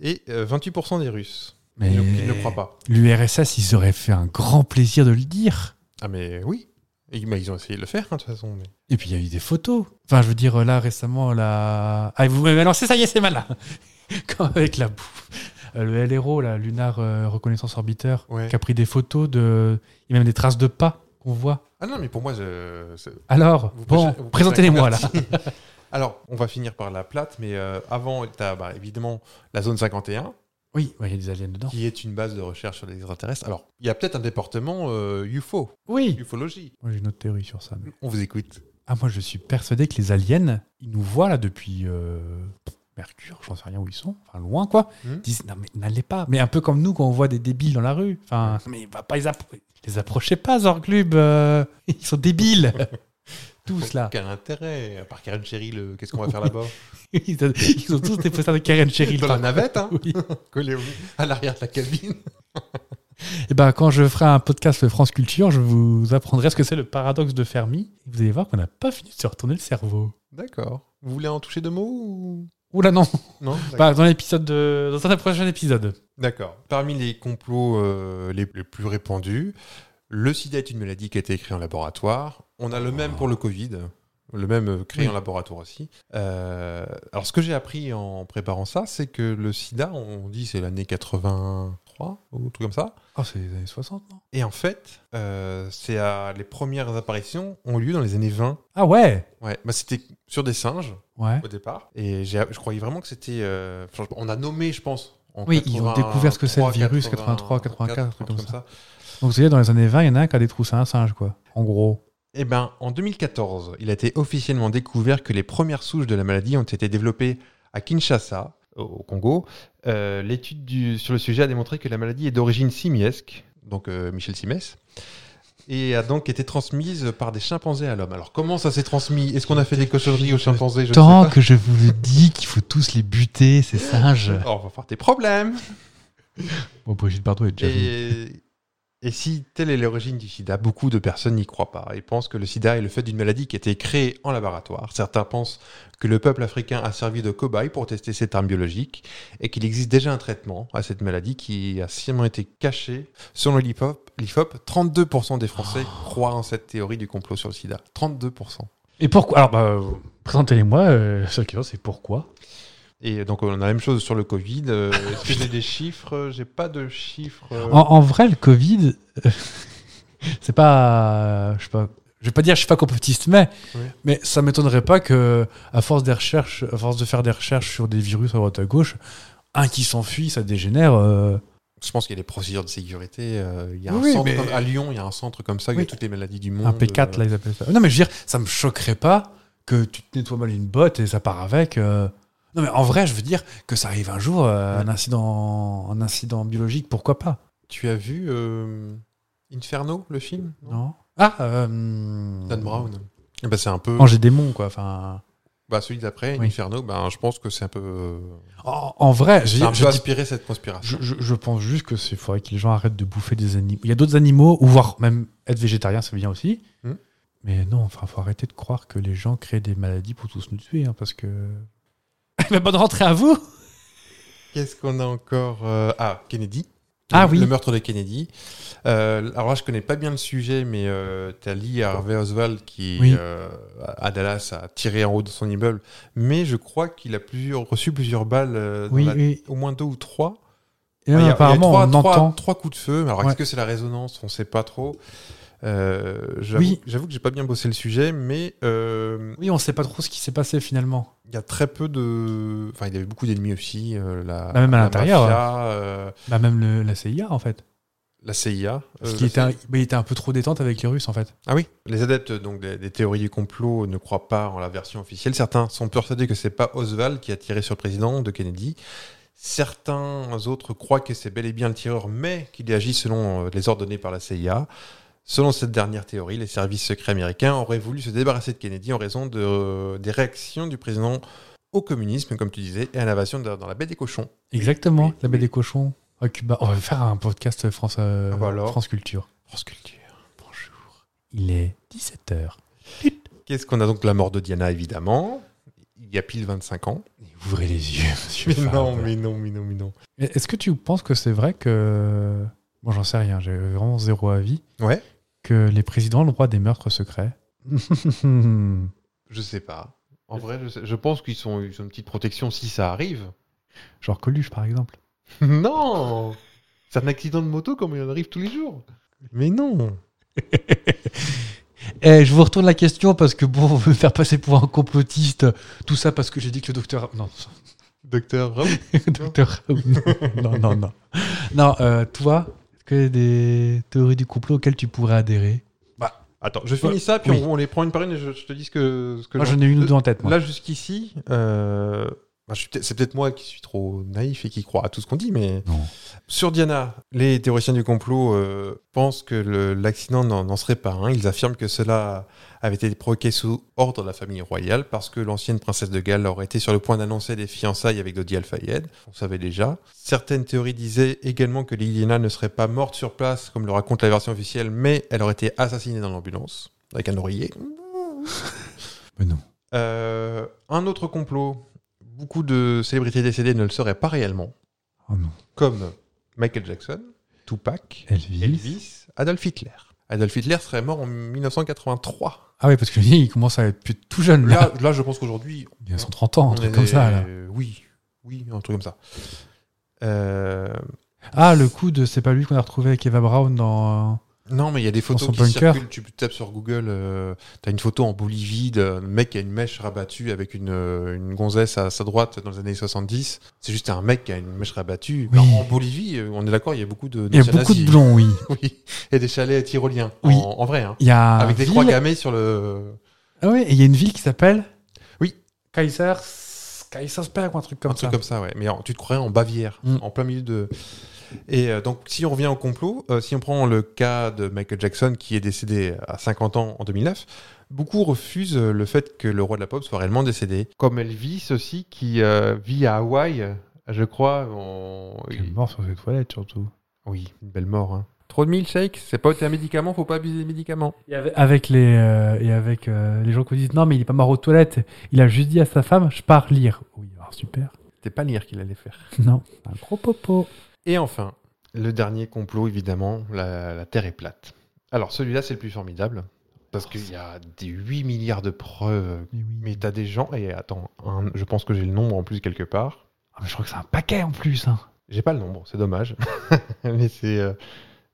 Speaker 3: Et euh, 28% des Russes.
Speaker 2: Mais
Speaker 3: Ils ne- ils ne croient pas.
Speaker 2: L'URSS, ils auraient fait un grand plaisir de le dire.
Speaker 3: Ah mais oui. Et- mais ils ont essayé de le faire hein, de toute façon. mais-
Speaker 2: Et puis il y a eu des photos. Enfin, je veux dire, là récemment, là. Ah, vous m'avez lancé, ça y est, c'est malin [laughs] Quand, Avec la boue. Euh, Le LRO, la Lunar euh, Reconnaissance Orbiteur,
Speaker 3: Ouais.
Speaker 2: qui a pris des photos de. Il y a même des traces de pas qu'on voit.
Speaker 3: Ah non mais pour moi je- c'est-
Speaker 2: Alors,
Speaker 3: vous
Speaker 2: bon,
Speaker 3: prêchez- vous prêchez un
Speaker 2: présentez-les-moi là.
Speaker 3: converti. [laughs] Alors on va finir par la plate, mais euh, avant t'as bah, évidemment la zone 51
Speaker 2: Oui, ouais, il y a des aliens dedans.
Speaker 3: qui est une base de recherche sur les extraterrestres. Alors il y a peut-être un département euh, UFO,
Speaker 2: Oui.
Speaker 3: ufologie.
Speaker 2: Moi, j'ai une autre théorie sur ça. mais-
Speaker 3: On vous écoute.
Speaker 2: Ah, moi, je suis persuadé que les aliens, ils nous voient là depuis euh, Mercure, j'en sais rien où ils sont, enfin loin quoi.
Speaker 3: Hmm.
Speaker 2: Ils disent non, mais n'allez pas. Mais un peu comme nous quand on voit des débiles dans la rue. Enfin, mais va pas les approcher. Les approchez pas, Zorglub. euh, [laughs] ils
Speaker 3: [laughs]
Speaker 2: sont débiles. tous là. [laughs]
Speaker 3: Quel intérêt À part Karen Cherry, le... qu'est-ce qu'on va faire là-bas
Speaker 2: Ils ont, ils ont tous des posters de Karen Cheryl.
Speaker 3: Dans la navette, hein
Speaker 2: [laughs] Oui.
Speaker 3: Collé au- à l'arrière de la cabine.
Speaker 2: Et ben quand je ferai un podcast France Culture, je vous apprendrai ce que c'est le paradoxe de Fermi. Vous allez voir qu'on n'a pas fini de se retourner le cerveau.
Speaker 3: D'accord. Vous voulez en toucher deux mots ou...
Speaker 2: Oula non,
Speaker 3: Non
Speaker 2: Bah, dans l'épisode de... dans un prochain épisode.
Speaker 3: D'accord. Parmi les complots euh, les, les plus répandus, le sida est une maladie qui a été créée en laboratoire. On a le même pour le Covid, le même euh, créé
Speaker 2: Oui.
Speaker 3: en laboratoire aussi. Euh, alors, ce que j'ai appris en préparant ça, c'est que le sida, on dit c'est l'année 83 ou un truc comme ça.
Speaker 2: Oh, c'est les années 60, non
Speaker 3: Et en fait, euh, c'est à- les premières apparitions ont eu lieu dans les années 20.
Speaker 2: Ah ouais
Speaker 3: Ouais, bah, c'était sur des singes
Speaker 2: Ouais.
Speaker 3: au départ. Et j'ai- je croyais vraiment que c'était. euh, enfin, on a nommé, je pense. en
Speaker 2: Oui, ils ont
Speaker 3: 83,
Speaker 2: découvert ce que c'est le virus, 83, 84, un truc comme ça. Donc, c'est-à-dire, dans les années 20, il y en a un qui a des trousses à un singe, quoi. En gros.
Speaker 3: Eh ben, en 2014, il a été officiellement découvert que les premières souches de la maladie ont été développées à Kinshasa, au- au Congo. Euh, L'étude du- sur le sujet a démontré que la maladie est d'origine simiesque, donc euh, Michel Simès, et a donc été transmise par des chimpanzés à l'homme. Alors comment ça s'est transmis Est-ce qu'on a fait des cochonneries aux chimpanzés Je ne sais
Speaker 2: Tant
Speaker 3: pas.
Speaker 2: que je vous le dis qu'il faut tous les buter, ces singes.
Speaker 3: Oh, on va voir tes problèmes
Speaker 2: Bon, Brigitte Bardot est déjà venue.
Speaker 3: Et, et si telle est l'origine du sida, beaucoup de personnes n'y croient pas et pensent que le sida est le fait d'une maladie qui a été créée en laboratoire. Certains pensent que le peuple africain a servi de cobaye pour tester cette arme biologique et qu'il existe déjà un traitement à cette maladie qui a sciemment été caché. Selon l'IFOP, l'IFOP, 32% des Français croient en cette théorie du complot sur le sida. 32%.
Speaker 2: Et pourquoi Alors, bah, euh, présentez-les-moi. euh, la seule question, c'est pourquoi
Speaker 3: Et donc on a la même chose sur le Covid. Euh, Est-ce que j'ai des chiffres J'ai pas de chiffres. euh,
Speaker 2: en, en vrai, le Covid, euh, [laughs] c'est pas. euh, je sais pas. Je vais pas dire je suis pas complotiste, mais,
Speaker 3: Oui.
Speaker 2: mais ça m'étonnerait pas que, à force, des recherches, à force de faire des recherches sur des virus à droite à gauche, un qui s'enfuit, ça dégénère. euh,
Speaker 3: Je pense qu'il y a des procédures de sécurité. euh, il y a
Speaker 2: Oui,
Speaker 3: un centre
Speaker 2: mais-
Speaker 3: comme- à Lyon, il y a un centre comme ça où il y
Speaker 2: Oui.
Speaker 3: a toutes les maladies du monde.
Speaker 2: un P4,
Speaker 3: euh,
Speaker 2: là, ils appellent ça. Non, mais je veux dire, ça me choquerait pas que tu te nettoies mal une botte et ça part avec. euh. Non, mais en vrai, je veux dire que ça arrive un jour, euh,
Speaker 3: Ouais.
Speaker 2: un, incident, un incident biologique, pourquoi pas
Speaker 3: Tu as vu euh, Inferno, le film
Speaker 2: Non Ah euh,
Speaker 3: Dan Brown. Eh ben, c'est un peu.
Speaker 2: Angers Démon, quoi. Enfin,
Speaker 3: Bah, celui d'après,
Speaker 2: Oui.
Speaker 3: Inferno, ben, je pense que c'est un peu. euh,
Speaker 2: en, en vrai, je,
Speaker 3: c'est
Speaker 2: veux
Speaker 3: un
Speaker 2: dire, je,
Speaker 3: peu
Speaker 2: dis-
Speaker 3: inspiré cette conspiration.
Speaker 2: je- je- je pense juste que c'est faudrait que les gens arrêtent de bouffer des animaux. Il y a d'autres animaux, ou voire même être végétarien, c'est bien aussi.
Speaker 3: Hmm.
Speaker 2: Mais non, enfin, faut arrêter de croire que les gens créent des maladies pour tous nous tuer, hein, parce que. [laughs] Mais bonne rentrée à vous
Speaker 3: Qu'est-ce qu'on a encore euh, Ah, Kennedy.
Speaker 2: Ah
Speaker 3: Le-
Speaker 2: oui.
Speaker 3: Le meurtre de Kennedy. Euh, alors là, je connais pas bien le sujet, mais tu as Lee Harvey Oswald qui,
Speaker 2: Oui.
Speaker 3: euh, à Dallas, a tiré en haut de son immeuble. Mais je crois qu'il a plusieurs, reçu plusieurs balles, euh, dans
Speaker 2: Oui,
Speaker 3: la-
Speaker 2: oui.
Speaker 3: au moins deux ou trois.
Speaker 2: Et même
Speaker 3: Il y a- il y a
Speaker 2: apparemment,
Speaker 3: trois,
Speaker 2: on
Speaker 3: trois-
Speaker 2: entend.
Speaker 3: trois coups de feu. mais Alors,
Speaker 2: Ouais.
Speaker 3: est-ce que c'est la résonance On ne sait pas trop. Euh, J'avoue
Speaker 2: Oui.
Speaker 3: j'avoue que j'ai pas bien bossé le sujet, mais euh,
Speaker 2: Oui, on sait pas trop ce qui s'est passé finalement.
Speaker 3: il y a très peu de. Enfin, il y avait beaucoup d'ennemis aussi. euh, la,
Speaker 2: Bah, même à
Speaker 3: la
Speaker 2: l'intérieur,
Speaker 3: mafia, euh,
Speaker 2: Bah, même le- la CIA en fait.
Speaker 3: la CIA.
Speaker 2: Parce
Speaker 3: euh,
Speaker 2: qu'il
Speaker 3: la
Speaker 2: était, un, bah, il était un peu trop détente avec les Russes en fait.
Speaker 3: Ah oui, les adeptes donc des, des théories du complot ne croient pas en la version officielle. Certains sont persuadés que c'est pas Oswald qui a tiré sur le président de Kennedy. Certains autres croient que c'est bel et bien le tireur, mais qu'il agit selon euh, les ordres donnés par la CIA. Selon cette dernière théorie, les services secrets américains auraient voulu se débarrasser de Kennedy en raison de- euh, des réactions du président au communisme, comme tu disais, et à l'invasion de- dans la baie des cochons.
Speaker 2: Exactement,
Speaker 3: oui,
Speaker 2: la baie
Speaker 3: oui.
Speaker 2: des cochons à Cuba. On va faire un podcast France, euh,
Speaker 3: Ah bah alors.
Speaker 2: France Culture.
Speaker 3: France Culture.
Speaker 2: Bonjour. Il est 17h.
Speaker 3: Qu'est-ce qu'on a donc la mort de Diana, évidemment, il y a pile 25 ans.
Speaker 2: Ouvrez les yeux, [laughs] monsieur.
Speaker 3: Mais non,
Speaker 2: Fab.
Speaker 3: mais non, mais non, mais non.
Speaker 2: Et Est-ce que tu penses que c'est vrai que. Bon, j'en sais rien, j'ai vraiment zéro avis.
Speaker 3: Ouais.
Speaker 2: Que les présidents ont le droit des meurtres secrets
Speaker 3: [laughs] Je sais pas. En vrai, je, sais- je pense qu'ils sont, ils ont une petite protection si ça arrive.
Speaker 2: Genre Coluche par exemple.
Speaker 3: [laughs] non C'est un accident de moto comme il en arrive tous les jours. Mais non
Speaker 2: Eh, je vous retourne la question parce que bon, [laughs] on veut me faire passer pour un complotiste. Tout ça parce que j'ai dit que le docteur. Non, ça- [laughs]
Speaker 3: Docteur Raoult
Speaker 2: le docteur. Non, non, non. Non, euh, toi, est-ce qu'il y a des théories du complot auxquelles tu pourrais adhérer
Speaker 3: [laughs] Attends, je finis ça, puis
Speaker 2: Oui.
Speaker 3: on, on les prend une par une et je, je te dis ce que. ce que
Speaker 2: Moi,
Speaker 3: j'en-
Speaker 2: j'en ai une ou deux en tête. moi.
Speaker 3: Là, jusqu'ici, euh, bah, je suis peut-être- c'est peut-être moi qui suis trop naïf et qui croit à tout ce qu'on dit, mais
Speaker 2: Non.
Speaker 3: sur Diana, les théoriciens du complot euh, pensent que le- l'accident n'en n'en serait pas un. Ils affirment que cela avait été provoqué sous ordre de la famille royale parce que l'ancienne princesse de Galles aurait été sur le point d'annoncer des fiançailles avec Dodi Al-Fayed. On savait déjà. Certaines théories disaient également que Liliana ne serait pas morte sur place, comme le raconte la version officielle, mais elle aurait été assassinée dans l'ambulance avec un oreiller.
Speaker 2: [laughs] Mais non.
Speaker 3: Euh, un autre complot. Beaucoup de célébrités décédées ne le seraient pas réellement,
Speaker 2: Oh non.
Speaker 3: comme Michael Jackson, Tupac,
Speaker 2: Elvis.
Speaker 3: Elvis, Adolf Hitler. Adolf Hitler serait mort en 1983.
Speaker 2: Ah oui, parce que lui, il commence à être plus tout jeune là. [laughs]
Speaker 3: Là, là je pense qu'aujourd'hui,
Speaker 2: Il a 130 ans, un
Speaker 3: on
Speaker 2: truc
Speaker 3: est-
Speaker 2: comme ça là.
Speaker 3: Oui, oui, un truc comme ça. Euh,
Speaker 2: Ah, le coup de c'est pas lui qu'on a retrouvé avec Eva Brown dans.
Speaker 3: non, mais il y a des photos
Speaker 2: son
Speaker 3: qui
Speaker 2: bunker.
Speaker 3: circulent. Tu tapes sur Google, euh, t'as une photo en Bolivie d'un mec qui a une mèche rabattue avec une, euh, une gonzesse à sa droite dans les années 70. C'est juste un mec qui a une mèche rabattue.
Speaker 2: Oui.
Speaker 3: Alors, en Bolivie, euh, on est d'accord, il y a beaucoup de.
Speaker 2: Il y a
Speaker 3: d'anciens
Speaker 2: beaucoup de
Speaker 3: nazis.
Speaker 2: blonds, oui.
Speaker 3: [laughs] Oui, et des chalets tyroliens.
Speaker 2: Oui.
Speaker 3: En, en vrai, hein.
Speaker 2: Il y a.
Speaker 3: Avec des
Speaker 2: ville-
Speaker 3: croix gammées sur le.
Speaker 2: Ah oui, et il y a une ville qui s'appelle.
Speaker 3: Oui.
Speaker 2: Kaiser Kaisersberg ou un truc comme
Speaker 3: un
Speaker 2: ça. Mm.
Speaker 3: truc comme ça, ouais. Mais en- tu te croirais en Bavière, en plein milieu de. Et euh, donc, si on revient au complot, euh, si on prend le cas de Michael Jackson qui est décédé à 50 ans en 2009, beaucoup refusent euh, le fait que le roi de la pop soit réellement décédé. Comme Elvis aussi, qui euh, vit à Hawaï, je crois. en-
Speaker 2: Il est mort sur ses toilettes surtout.
Speaker 3: Oui, une belle mort. hein. Trop de milkshakes, c'est pas un médicament, faut pas abuser des médicaments.
Speaker 2: Et avec, avec les, euh, et avec euh, les gens qui vous disent non, mais il est pas mort aux toilettes. Il a juste dit à sa femme je pars lire. Oui, alors super. [laughs]
Speaker 3: C'était pas lire qu'il allait faire.
Speaker 2: Non, un gros popo.
Speaker 3: Et enfin, le dernier complot, évidemment, la, la Terre est plate. Alors, celui-là, c'est le plus formidable. Parce qu'il y a des 8 milliards de preuves. Mais t'as des gens. Et attends, un- je pense que j'ai le nombre en plus quelque part.
Speaker 2: Ah, mais je crois que c'est un paquet en plus. hein.
Speaker 3: J'ai pas le nombre, c'est dommage. [laughs] mais, c'est, euh,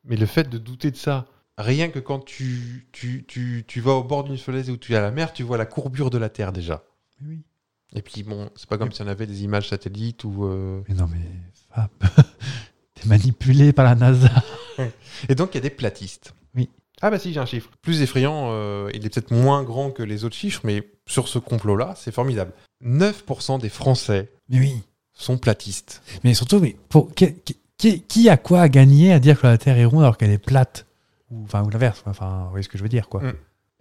Speaker 3: mais le fait de douter de ça, rien que quand tu, tu, tu, tu vas au bord d'une falaise ou tu es à la mer, tu vois la courbure de la Terre déjà.
Speaker 2: Mais oui.
Speaker 3: Et puis bon, c'est pas comme si on avait des images satellites ou. euh,
Speaker 2: Mais non, mais Fab, [laughs] t'es manipulé par la NASA.
Speaker 3: Et donc, il y a des platistes.
Speaker 2: Oui.
Speaker 3: Ah bah si, j'ai un chiffre. Plus effrayant, euh, il est peut-être moins grand que les autres chiffres, mais sur ce complot-là, c'est formidable. 9% des Français
Speaker 2: Mais oui.
Speaker 3: sont platistes.
Speaker 2: Mais surtout, mais pour, qui, qui- qui- qui a quoi à gagner à dire que la Terre est ronde alors qu'elle est plate Ou- Enfin, ou l'inverse. Enfin, vous voyez ce que je veux dire, quoi.
Speaker 3: Mm.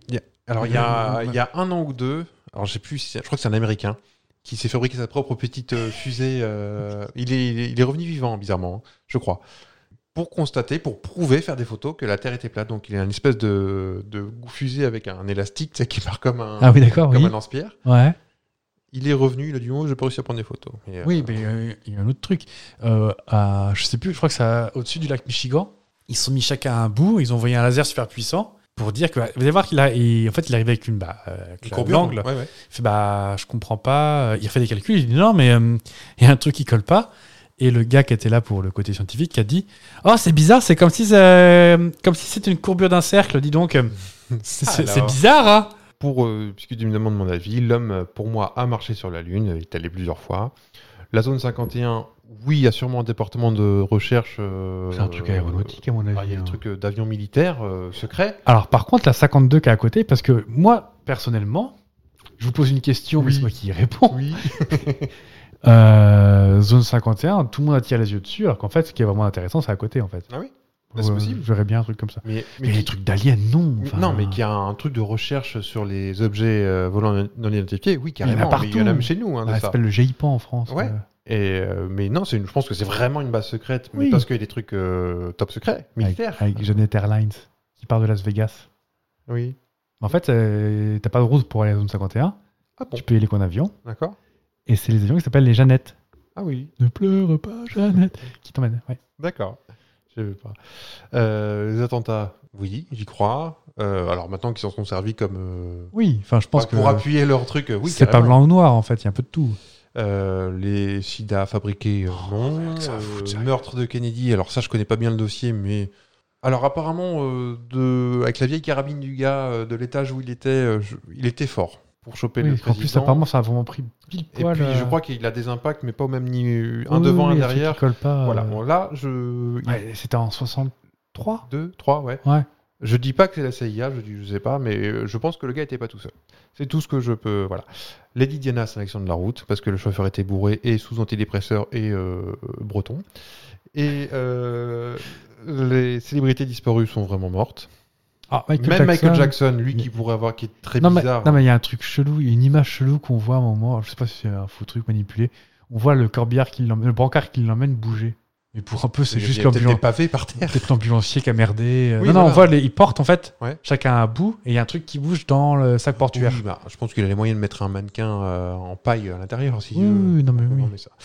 Speaker 3: Il y a- alors, il y
Speaker 2: Euh,
Speaker 3: a, il y a un an ou deux, alors j'ai plus, si- je crois que c'est un Américain, qui s'est fabriqué sa propre petite euh, fusée. euh, il, est, il est- il est revenu vivant, bizarrement, hein, je crois. Pour constater, pour prouver, faire des photos que la Terre était plate. Donc, il y a une espèce de, de fusée avec un élastique tu sais, qui part comme un,
Speaker 2: Ah oui, d'accord,
Speaker 3: comme
Speaker 2: oui.
Speaker 3: un lance-pierre.
Speaker 2: Ouais.
Speaker 3: Il est revenu, il a dit Oh, j'ai pas réussi à prendre des photos. Et, euh,
Speaker 2: Oui, mais euh, il y a un autre truc. Euh, à- je sais plus, je crois que c'est au-dessus du lac Michigan. Ils se sont mis chacun à un bout, ils ont envoyé un laser super puissant pour dire que. Vous allez voir qu'il a, il- en fait, il arrivait avec une. Bah, euh, avec
Speaker 3: une
Speaker 2: la-
Speaker 3: courbure,
Speaker 2: l'angle.
Speaker 3: ouais, ouais.
Speaker 2: Il fait bah je comprends pas. Il refait des calculs. Il dit non mais euh, il y a un truc qui colle pas. Et le gars qui était là pour le côté scientifique a dit oh c'est bizarre c'est comme si ça- comme si c'était une courbure d'un cercle dis donc c'est c'est- c'est
Speaker 3: Alors.
Speaker 2: bizarre hein.
Speaker 3: Pour, euh, puisque tu me demandes mon avis, l'homme, euh, pour moi, a marché sur la Lune, il est allé plusieurs fois. La zone 51, oui, il y a sûrement un département de recherche. euh,
Speaker 2: à mon hein.
Speaker 3: euh, ah, Il y a des trucs euh, d'avions militaires euh, secrets.
Speaker 2: Alors par contre la 52 qui est à côté parce que moi personnellement je vous pose une question mais
Speaker 3: Oui.
Speaker 2: c'est moi qui y réponds.
Speaker 3: Oui.
Speaker 2: Euh, zone 51 tout le monde attire les yeux dessus alors qu'en fait ce qui est vraiment intéressant c'est à côté en fait.
Speaker 3: Ah oui Bah, c'est
Speaker 2: Ouais,
Speaker 3: possible.
Speaker 2: J'aurais bien un truc comme ça.
Speaker 3: Mais,
Speaker 2: Mais les
Speaker 3: qui-
Speaker 2: trucs d'aliens, non.
Speaker 3: mais-
Speaker 2: enfin.
Speaker 3: Non, mais qu'il y a un truc de recherche sur les objets euh, volants non- non identifiés, oui,
Speaker 2: en a
Speaker 3: carrément. mais Il y en a
Speaker 2: partout.
Speaker 3: même chez nous. hein, de
Speaker 2: Ah, ça
Speaker 3: ça.
Speaker 2: s'appelle le GIPAN en France.
Speaker 3: Ouais. Et, euh, mais non, c'est une- je pense que c'est vraiment une base secrète, mais
Speaker 2: Oui.
Speaker 3: parce qu'il y a des trucs euh, top secrets, militaires.
Speaker 2: Avec, avec Jeannette Airlines, qui part de Las Vegas.
Speaker 3: Oui.
Speaker 2: Mais En fait, euh, t'as pas de route pour aller à la zone 51.
Speaker 3: Ah bon,
Speaker 2: Tu peux y aller qu'en avion.
Speaker 3: d'accord.
Speaker 2: Et c'est les avions qui s'appellent les Jeannettes.
Speaker 3: Ah oui,
Speaker 2: Ne pleure pas, Jeannette. qui t'emmènent. Ouais.
Speaker 3: d'accord. Je sais pas. Euh, les attentats, oui, j'y crois. Euh, alors maintenant qu'ils s'en sont servis comme euh,
Speaker 2: Oui, enfin, je pense
Speaker 3: enfin, pour
Speaker 2: que
Speaker 3: appuyer leur truc, euh, oui,
Speaker 2: c'est pas
Speaker 3: carrément.
Speaker 2: blanc ou noir, en fait. Il y a un peu de tout.
Speaker 3: Euh, les sida fabriqués, euh, non.
Speaker 2: Oh, mec, ça va foutre,
Speaker 3: Euh,
Speaker 2: sérieux.
Speaker 3: meurtre de Kennedy, alors ça, je connais pas bien le dossier, mais. Alors apparemment, euh, de... avec la vieille carabine du gars euh, de l'étage où il était, euh, je- il était fort pour choper
Speaker 2: Oui,
Speaker 3: le
Speaker 2: en
Speaker 3: président.
Speaker 2: plus, apparemment, ça a vraiment pris pile
Speaker 3: Et
Speaker 2: poil,
Speaker 3: puis,
Speaker 2: euh,
Speaker 3: je crois qu'il a des impacts, mais pas au même niveau. Un
Speaker 2: oui,
Speaker 3: devant, un
Speaker 2: oui, les trucs qui
Speaker 3: derrière.
Speaker 2: collent pas.
Speaker 3: Voilà.
Speaker 2: euh,
Speaker 3: Bon, là, je. il-
Speaker 2: ouais, C'était en 63
Speaker 3: Deux, trois, ouais.
Speaker 2: Ouais.
Speaker 3: Je dis pas que c'est la CIA, je, dis, je sais pas, mais euh, je pense que le gars était pas tout seul. C'est tout ce que je peux. Voilà. Lady Diana, c'est un accident de la route, parce que le chauffeur était bourré et sous antidépresseur et euh, breton. Et euh, les célébrités disparues sont vraiment mortes.
Speaker 2: Ah, Michael
Speaker 3: Même Michael Jackson, lui
Speaker 2: Mais-
Speaker 3: qui pourrait avoir, qui est très
Speaker 2: non, mais-
Speaker 3: bizarre. hein.
Speaker 2: non, mais il y a un truc chelou, il y a une image chelou qu'on voit à un moment, je sais pas si c'est un faux truc manipulé. On voit le corbillard qui l'emmène, le brancard qui l'emmène bouger. Mais pour un peu, c'est
Speaker 3: Il y a
Speaker 2: juste
Speaker 3: peut-être des
Speaker 2: l'ambulan-
Speaker 3: pavés par terre.
Speaker 2: peut-être l'ambulancier qui a merdé. euh,
Speaker 3: Oui,
Speaker 2: non, non,
Speaker 3: voilà.
Speaker 2: on voit, les- ils portent en fait,
Speaker 3: Ouais.
Speaker 2: chacun un bout, et il y a un truc qui bouge dans le sac [laughs] portuaire.
Speaker 3: Oui, bah, je pense qu'il a les moyens de mettre un mannequin euh, en paille à l'intérieur aussi.
Speaker 2: Oui, oui, non, mais oui.
Speaker 3: ça. euh,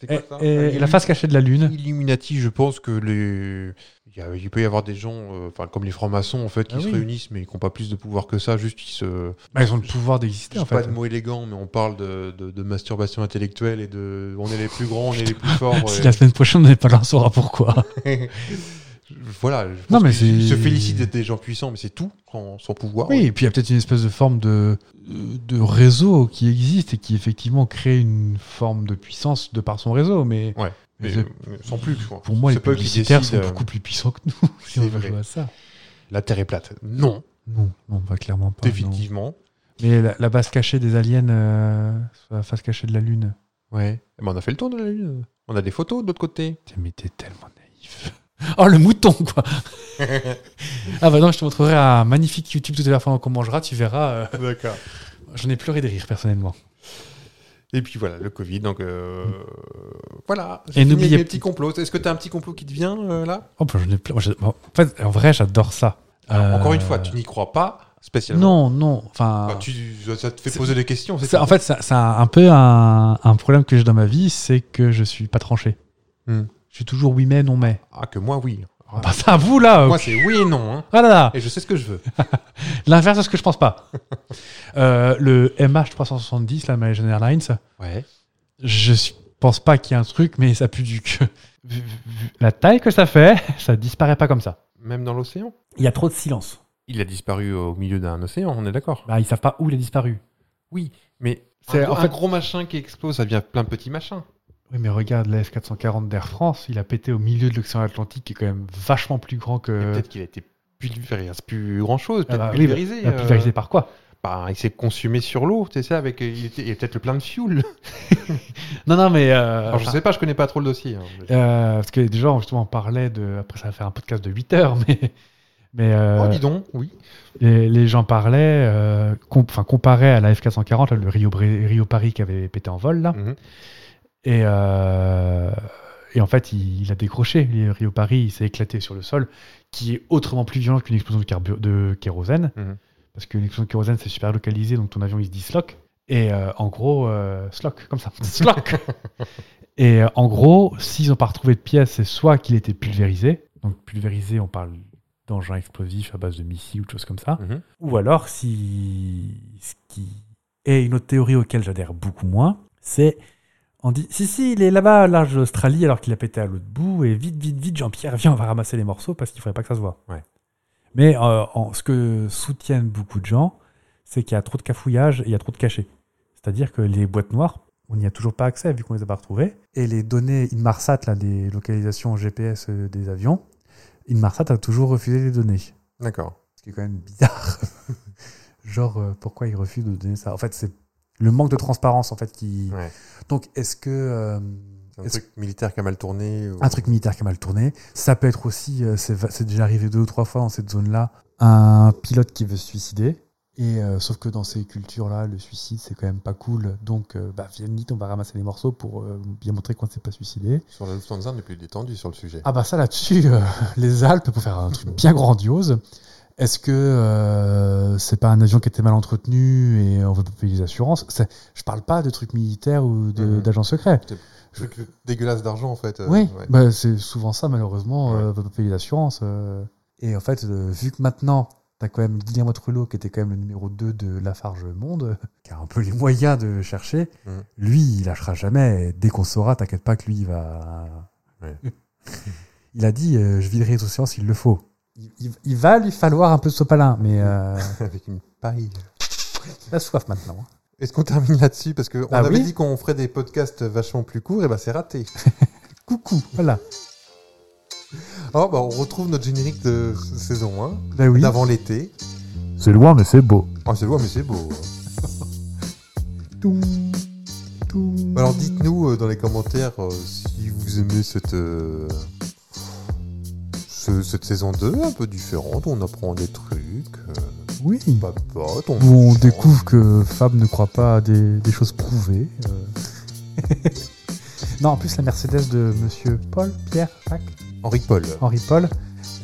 Speaker 3: C'est
Speaker 2: Et,
Speaker 3: quoi ça
Speaker 2: et-
Speaker 3: Euh,
Speaker 2: et la face cachée de la lune.
Speaker 3: [laughs] Illuminati, je pense que les. Il, y a- il peut y avoir des gens, euh, enfin comme les francs-maçons en fait, qui
Speaker 2: Ah
Speaker 3: se
Speaker 2: oui.
Speaker 3: réunissent mais qui n'ont pas plus de pouvoir que ça, juste ils se.
Speaker 2: Bah, ils ont le pouvoir d'exister
Speaker 3: Je
Speaker 2: en
Speaker 3: dis pas
Speaker 2: fait.
Speaker 3: de mots élégants, mais on parle de, de- de masturbation intellectuelle et de. On est les plus grands, on est les
Speaker 2: [laughs]
Speaker 3: plus forts.
Speaker 2: Si
Speaker 3: et-
Speaker 2: la semaine prochaine on n'est pas là, on saura pourquoi.
Speaker 3: [laughs] Voilà. Je pense
Speaker 2: Non, mais
Speaker 3: qu'ils
Speaker 2: c'est-
Speaker 3: se félicitent d'être des gens puissants, mais c'est tout sans, sans pouvoir.
Speaker 2: Oui, et puis il y a peut-être une espèce de forme de, de réseau qui existe et qui effectivement crée une forme de puissance de par son réseau, mais
Speaker 3: Ouais. Mais,
Speaker 2: c'est-
Speaker 3: euh, sans plus. quoi.
Speaker 2: Pour moi, les
Speaker 3: C'est pas eux qui
Speaker 2: publicitaires sont
Speaker 3: décident, euh,
Speaker 2: beaucoup plus puissants que nous. Si
Speaker 3: c'est
Speaker 2: on veut
Speaker 3: vrai.
Speaker 2: jouer à ça. Ah,
Speaker 3: La Terre est plate. Non,
Speaker 2: Non, non, bah, clairement pas. non.
Speaker 3: définitivement.
Speaker 2: Mais la, la base cachée des aliens, euh, sur la face cachée de la Lune.
Speaker 3: Ouais. Eh ben, on a fait le tour de la Lune. On a des photos de l'autre côté.
Speaker 2: Mais t'es tellement naïf. [laughs] Oh, le mouton,
Speaker 3: [laughs]
Speaker 2: quoi Ah bah non, je te montrerai un magnifique YouTube tout à l'heure pendant qu'on mangera, tu verras. euh,
Speaker 3: D'accord.
Speaker 2: J'en ai pleuré de rire, personnellement.
Speaker 3: Et puis voilà, le Covid. Donc euh, voilà.
Speaker 2: Et n'oubliez
Speaker 3: pas. petits complots. Est-ce que t'as un petit complot qui te vient euh, là
Speaker 2: Oh, bah, j'en ai pleuré. Moi, j'ai- En fait, en vrai, j'adore ça.
Speaker 3: Alors,
Speaker 2: Euh,
Speaker 3: Encore une fois, tu n'y crois pas spécialement.
Speaker 2: Non, non, enfin...
Speaker 3: Enfin, tu, ça te fait
Speaker 2: C'est-
Speaker 3: poser des questions. c'est
Speaker 2: C'est-
Speaker 3: tout.
Speaker 2: en fait, ça- c'est un, un peu un, un problème que j'ai dans ma vie, c'est que je suis pas tranché.
Speaker 3: Hmm.
Speaker 2: Je suis toujours oui mais, non mais.
Speaker 3: Ah, que moi, oui.
Speaker 2: Ah, bah, c'est à vous là
Speaker 3: Moi, c'est oui et non. hein.
Speaker 2: Ah là là
Speaker 3: Et je sais ce que je veux.
Speaker 2: L'inverse de ce que je pense pas. [laughs] Euh, le MH370, la Malaysian Airlines,
Speaker 3: Ouais.
Speaker 2: je suis- pense pas qu'il y ait un truc, mais ça pue du [laughs] que. La taille que ça fait, [laughs] ça disparaît pas comme ça.
Speaker 3: Même dans l'océan.
Speaker 2: Il y a trop de silence.
Speaker 3: Il a disparu au milieu d'un océan, on est d'accord.
Speaker 2: Bah, ils savent pas où il a disparu.
Speaker 3: Oui, mais
Speaker 2: C'est-
Speaker 3: un, gros-
Speaker 2: en fait-
Speaker 3: un gros machin qui explose, ça devient plein de petits machins.
Speaker 2: Oui, mais regarde, la F440 d'Air France, il a pété au milieu de l'océan Atlantique, qui est quand même vachement plus grand
Speaker 3: Et
Speaker 2: que.
Speaker 3: Peut-être qu'il a été pulvérisé, plus grand chose,
Speaker 2: Euh. Ah
Speaker 3: peut-être
Speaker 2: bah oui,
Speaker 3: pulvérisé.
Speaker 2: mais-
Speaker 3: euh,
Speaker 2: pulvérisé par quoi
Speaker 3: bah, il s'est consumé sur l'eau, tu sais, avec, il, était, il est peut-être le plein de fuel.
Speaker 2: Non, non, mais. euh,
Speaker 3: Alors, je sais pas, je connais pas trop le dossier. hein.
Speaker 2: euh, parce que déjà, on justement, on parlait de. Après, ça va faire un podcast de 8 heures, [laughs] mais. Mais euh,
Speaker 3: Oh, dis donc,
Speaker 2: [laughs]
Speaker 3: oui.
Speaker 2: les, les gens parlaient, euh, com- enfin, comparaient à la F440, là, le Rio, Bré- Rio Paris qui avait pété en vol, là.
Speaker 3: Mhm.
Speaker 2: Et, euh, et en fait, il, il a décroché. Le Rio Paris, il s'est éclaté sur le sol, qui est autrement plus violent qu'une explosion de, carbu- de kérosène.
Speaker 3: Mhm.
Speaker 2: Parce qu'une explosion de kérosène, c'est super localisé, donc ton avion, il se disloque. Et euh, en gros, euh, sloc,
Speaker 3: [laughs]
Speaker 2: comme ça. Sloc Et euh, en gros, s'ils n'ont pas retrouvé de pièces, c'est soit qu'il était pulvérisé. Donc pulvérisé, on parle d'engins explosifs à base de missiles ou de choses comme ça.
Speaker 3: Mhm.
Speaker 2: Ou alors, si ce qui est une autre théorie auquel j'adhère beaucoup moins, c'est on dit si si il est là-bas au large d'Australie alors qu'il a pété à l'autre bout et vite vite vite Jean-Pierre viens on va ramasser les morceaux parce qu'il faudrait pas que ça se voit.
Speaker 3: Ouais.
Speaker 2: Mais euh, en- ce que soutiennent beaucoup de gens, c'est qu'il y a trop de cafouillage et il y a trop de cachets. C'est-à-dire que les boîtes noires, on n'y a toujours pas accès vu qu'on les a pas retrouvées. Et les données Inmarsat, là, des localisations GPS euh, des avions, Inmarsat a toujours refusé les données.
Speaker 3: D'accord.
Speaker 2: Ce qui est quand même bizarre. [laughs] Genre, euh, pourquoi ils refusent de donner ça En fait, c'est le manque de transparence en fait qui.
Speaker 3: Ouais.
Speaker 2: Donc, est-ce que euh,
Speaker 3: C'est un
Speaker 2: est-ce-
Speaker 3: truc militaire qui a mal tourné. ou-
Speaker 2: un truc militaire qui a mal tourné Ça peut être aussi, euh, c'est va- c'est déjà arrivé deux ou trois fois dans cette zone-là, un pilote qui veut se suicider. Et euh, sauf que dans ces cultures-là, le suicide c'est quand même pas cool. Donc, euh, bah, viens vite, on va ramasser les morceaux pour euh, bien montrer qu'on ne s'est pas suicidé.
Speaker 3: Sur la Lufthansa, on est plus détendu sur le sujet.
Speaker 2: Ah bah ça là-dessus, [laughs] euh, les Alpes, pour faire un truc bien grandiose, est-ce que euh, c'est pas un avion qui était mal entretenu et on veut pas payer les assurances C'est- Je parle pas de trucs militaires ou de-
Speaker 3: Mhm.
Speaker 2: d'agents secrets.
Speaker 3: Truc dégueulasse d'argent, en fait. euh,
Speaker 2: oui,
Speaker 3: ouais. [laughs]
Speaker 2: bah, c'est souvent ça malheureusement,
Speaker 3: Ouais.
Speaker 2: euh, on veut pas payer les assurances. euh. Et en fait, euh, vu que maintenant, t'as quand même Guillermo Trullo qui était quand même le numéro 2 de Lafarge Monde, [laughs] qui a un peu les moyens de chercher,
Speaker 3: Mhm.
Speaker 2: lui, il lâchera jamais. Et Dès qu'on saura, t'inquiète pas que lui, il va... [laughs] Il a dit euh, je viderai les océans s'il le faut. Il, il- il va lui falloir un peu de sopalin, mais euh,
Speaker 3: Avec une paille.
Speaker 2: la soif maintenant. hein.
Speaker 3: Est-ce qu'on termine là-dessus Parce qu'on
Speaker 2: Bah
Speaker 3: avait
Speaker 2: oui.
Speaker 3: dit qu'on ferait des podcasts vachement plus courts, et ben c'est raté.
Speaker 2: Coucou, voilà.
Speaker 3: Alors, bah, on retrouve notre générique de saison 1,
Speaker 2: Bah oui.
Speaker 3: d'avant l'été.
Speaker 2: C'est loin, mais c'est beau.
Speaker 3: Ah, c'est loin, mais c'est beau. hein.
Speaker 2: Toum, toum.
Speaker 3: Alors, dites-nous euh, dans les commentaires euh, si vous aimez cette, euh, ce- cette saison 2 un peu différente. On apprend des trucs, euh,
Speaker 2: Oui.
Speaker 3: on papote, on,
Speaker 2: Où on
Speaker 3: change.
Speaker 2: découvre que Fab ne croit pas à des, des choses prouvées. euh. [laughs] non, en plus, la Mercedes de monsieur Paul, Pierre, Jacques,
Speaker 3: Henri Paul.
Speaker 2: Henri Paul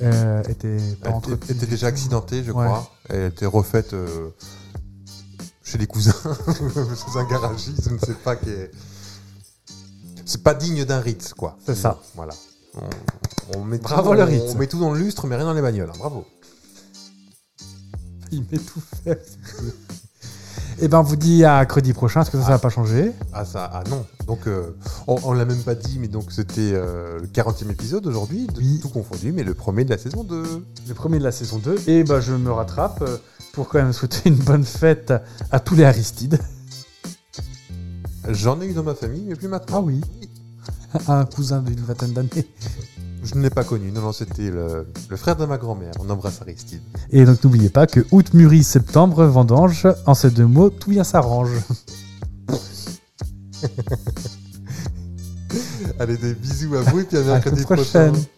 Speaker 2: euh, était pas
Speaker 3: Elle était-
Speaker 2: entretenue
Speaker 3: était
Speaker 2: du
Speaker 3: déjà
Speaker 2: tout.
Speaker 3: accidentée, je
Speaker 2: Ouais.
Speaker 3: crois. Elle était refaite euh, chez les cousins, [laughs] chez un garagiste, je ne sais pas qui est. C'est pas digne d'un Ritz, quoi.
Speaker 2: C'est ça.
Speaker 3: Voilà. On, on met
Speaker 2: Bravo
Speaker 3: tout,
Speaker 2: le
Speaker 3: on-
Speaker 2: Ritz.
Speaker 3: On met tout dans le lustre, mais rien dans les bagnoles. hein. Bravo.
Speaker 2: [laughs] Il m'est tout fait. Et ben, on vous dit à mercredi prochain, parce que ça, ça va pas changer.
Speaker 3: Ah ça, ah non. Donc euh, on, on l'a même pas dit, mais donc c'était euh, le 40e épisode aujourd'hui, de-
Speaker 2: Oui.
Speaker 3: tout confondu, mais le premier de la saison 2.
Speaker 2: le premier de la saison 2. Et bah, je me rattrape euh, pour quand même souhaiter une bonne fête à tous les Aristides. [laughs]
Speaker 3: J'en ai eu dans ma famille, mais plus maintenant.
Speaker 2: oui. À un cousin d'une vingtaine d'années.
Speaker 3: Je ne l'ai pas connu. Non, non, c'était le, le frère de ma grand-mère. On embrasse Aristide.
Speaker 2: Et donc n'oubliez pas que août mûrit, septembre vendange. En ces deux mots, tout bien s'arrange.
Speaker 3: Allez, des bisous à vous et puis à
Speaker 2: À la
Speaker 3: mercredi
Speaker 2: toute prochaine.
Speaker 3: prochain.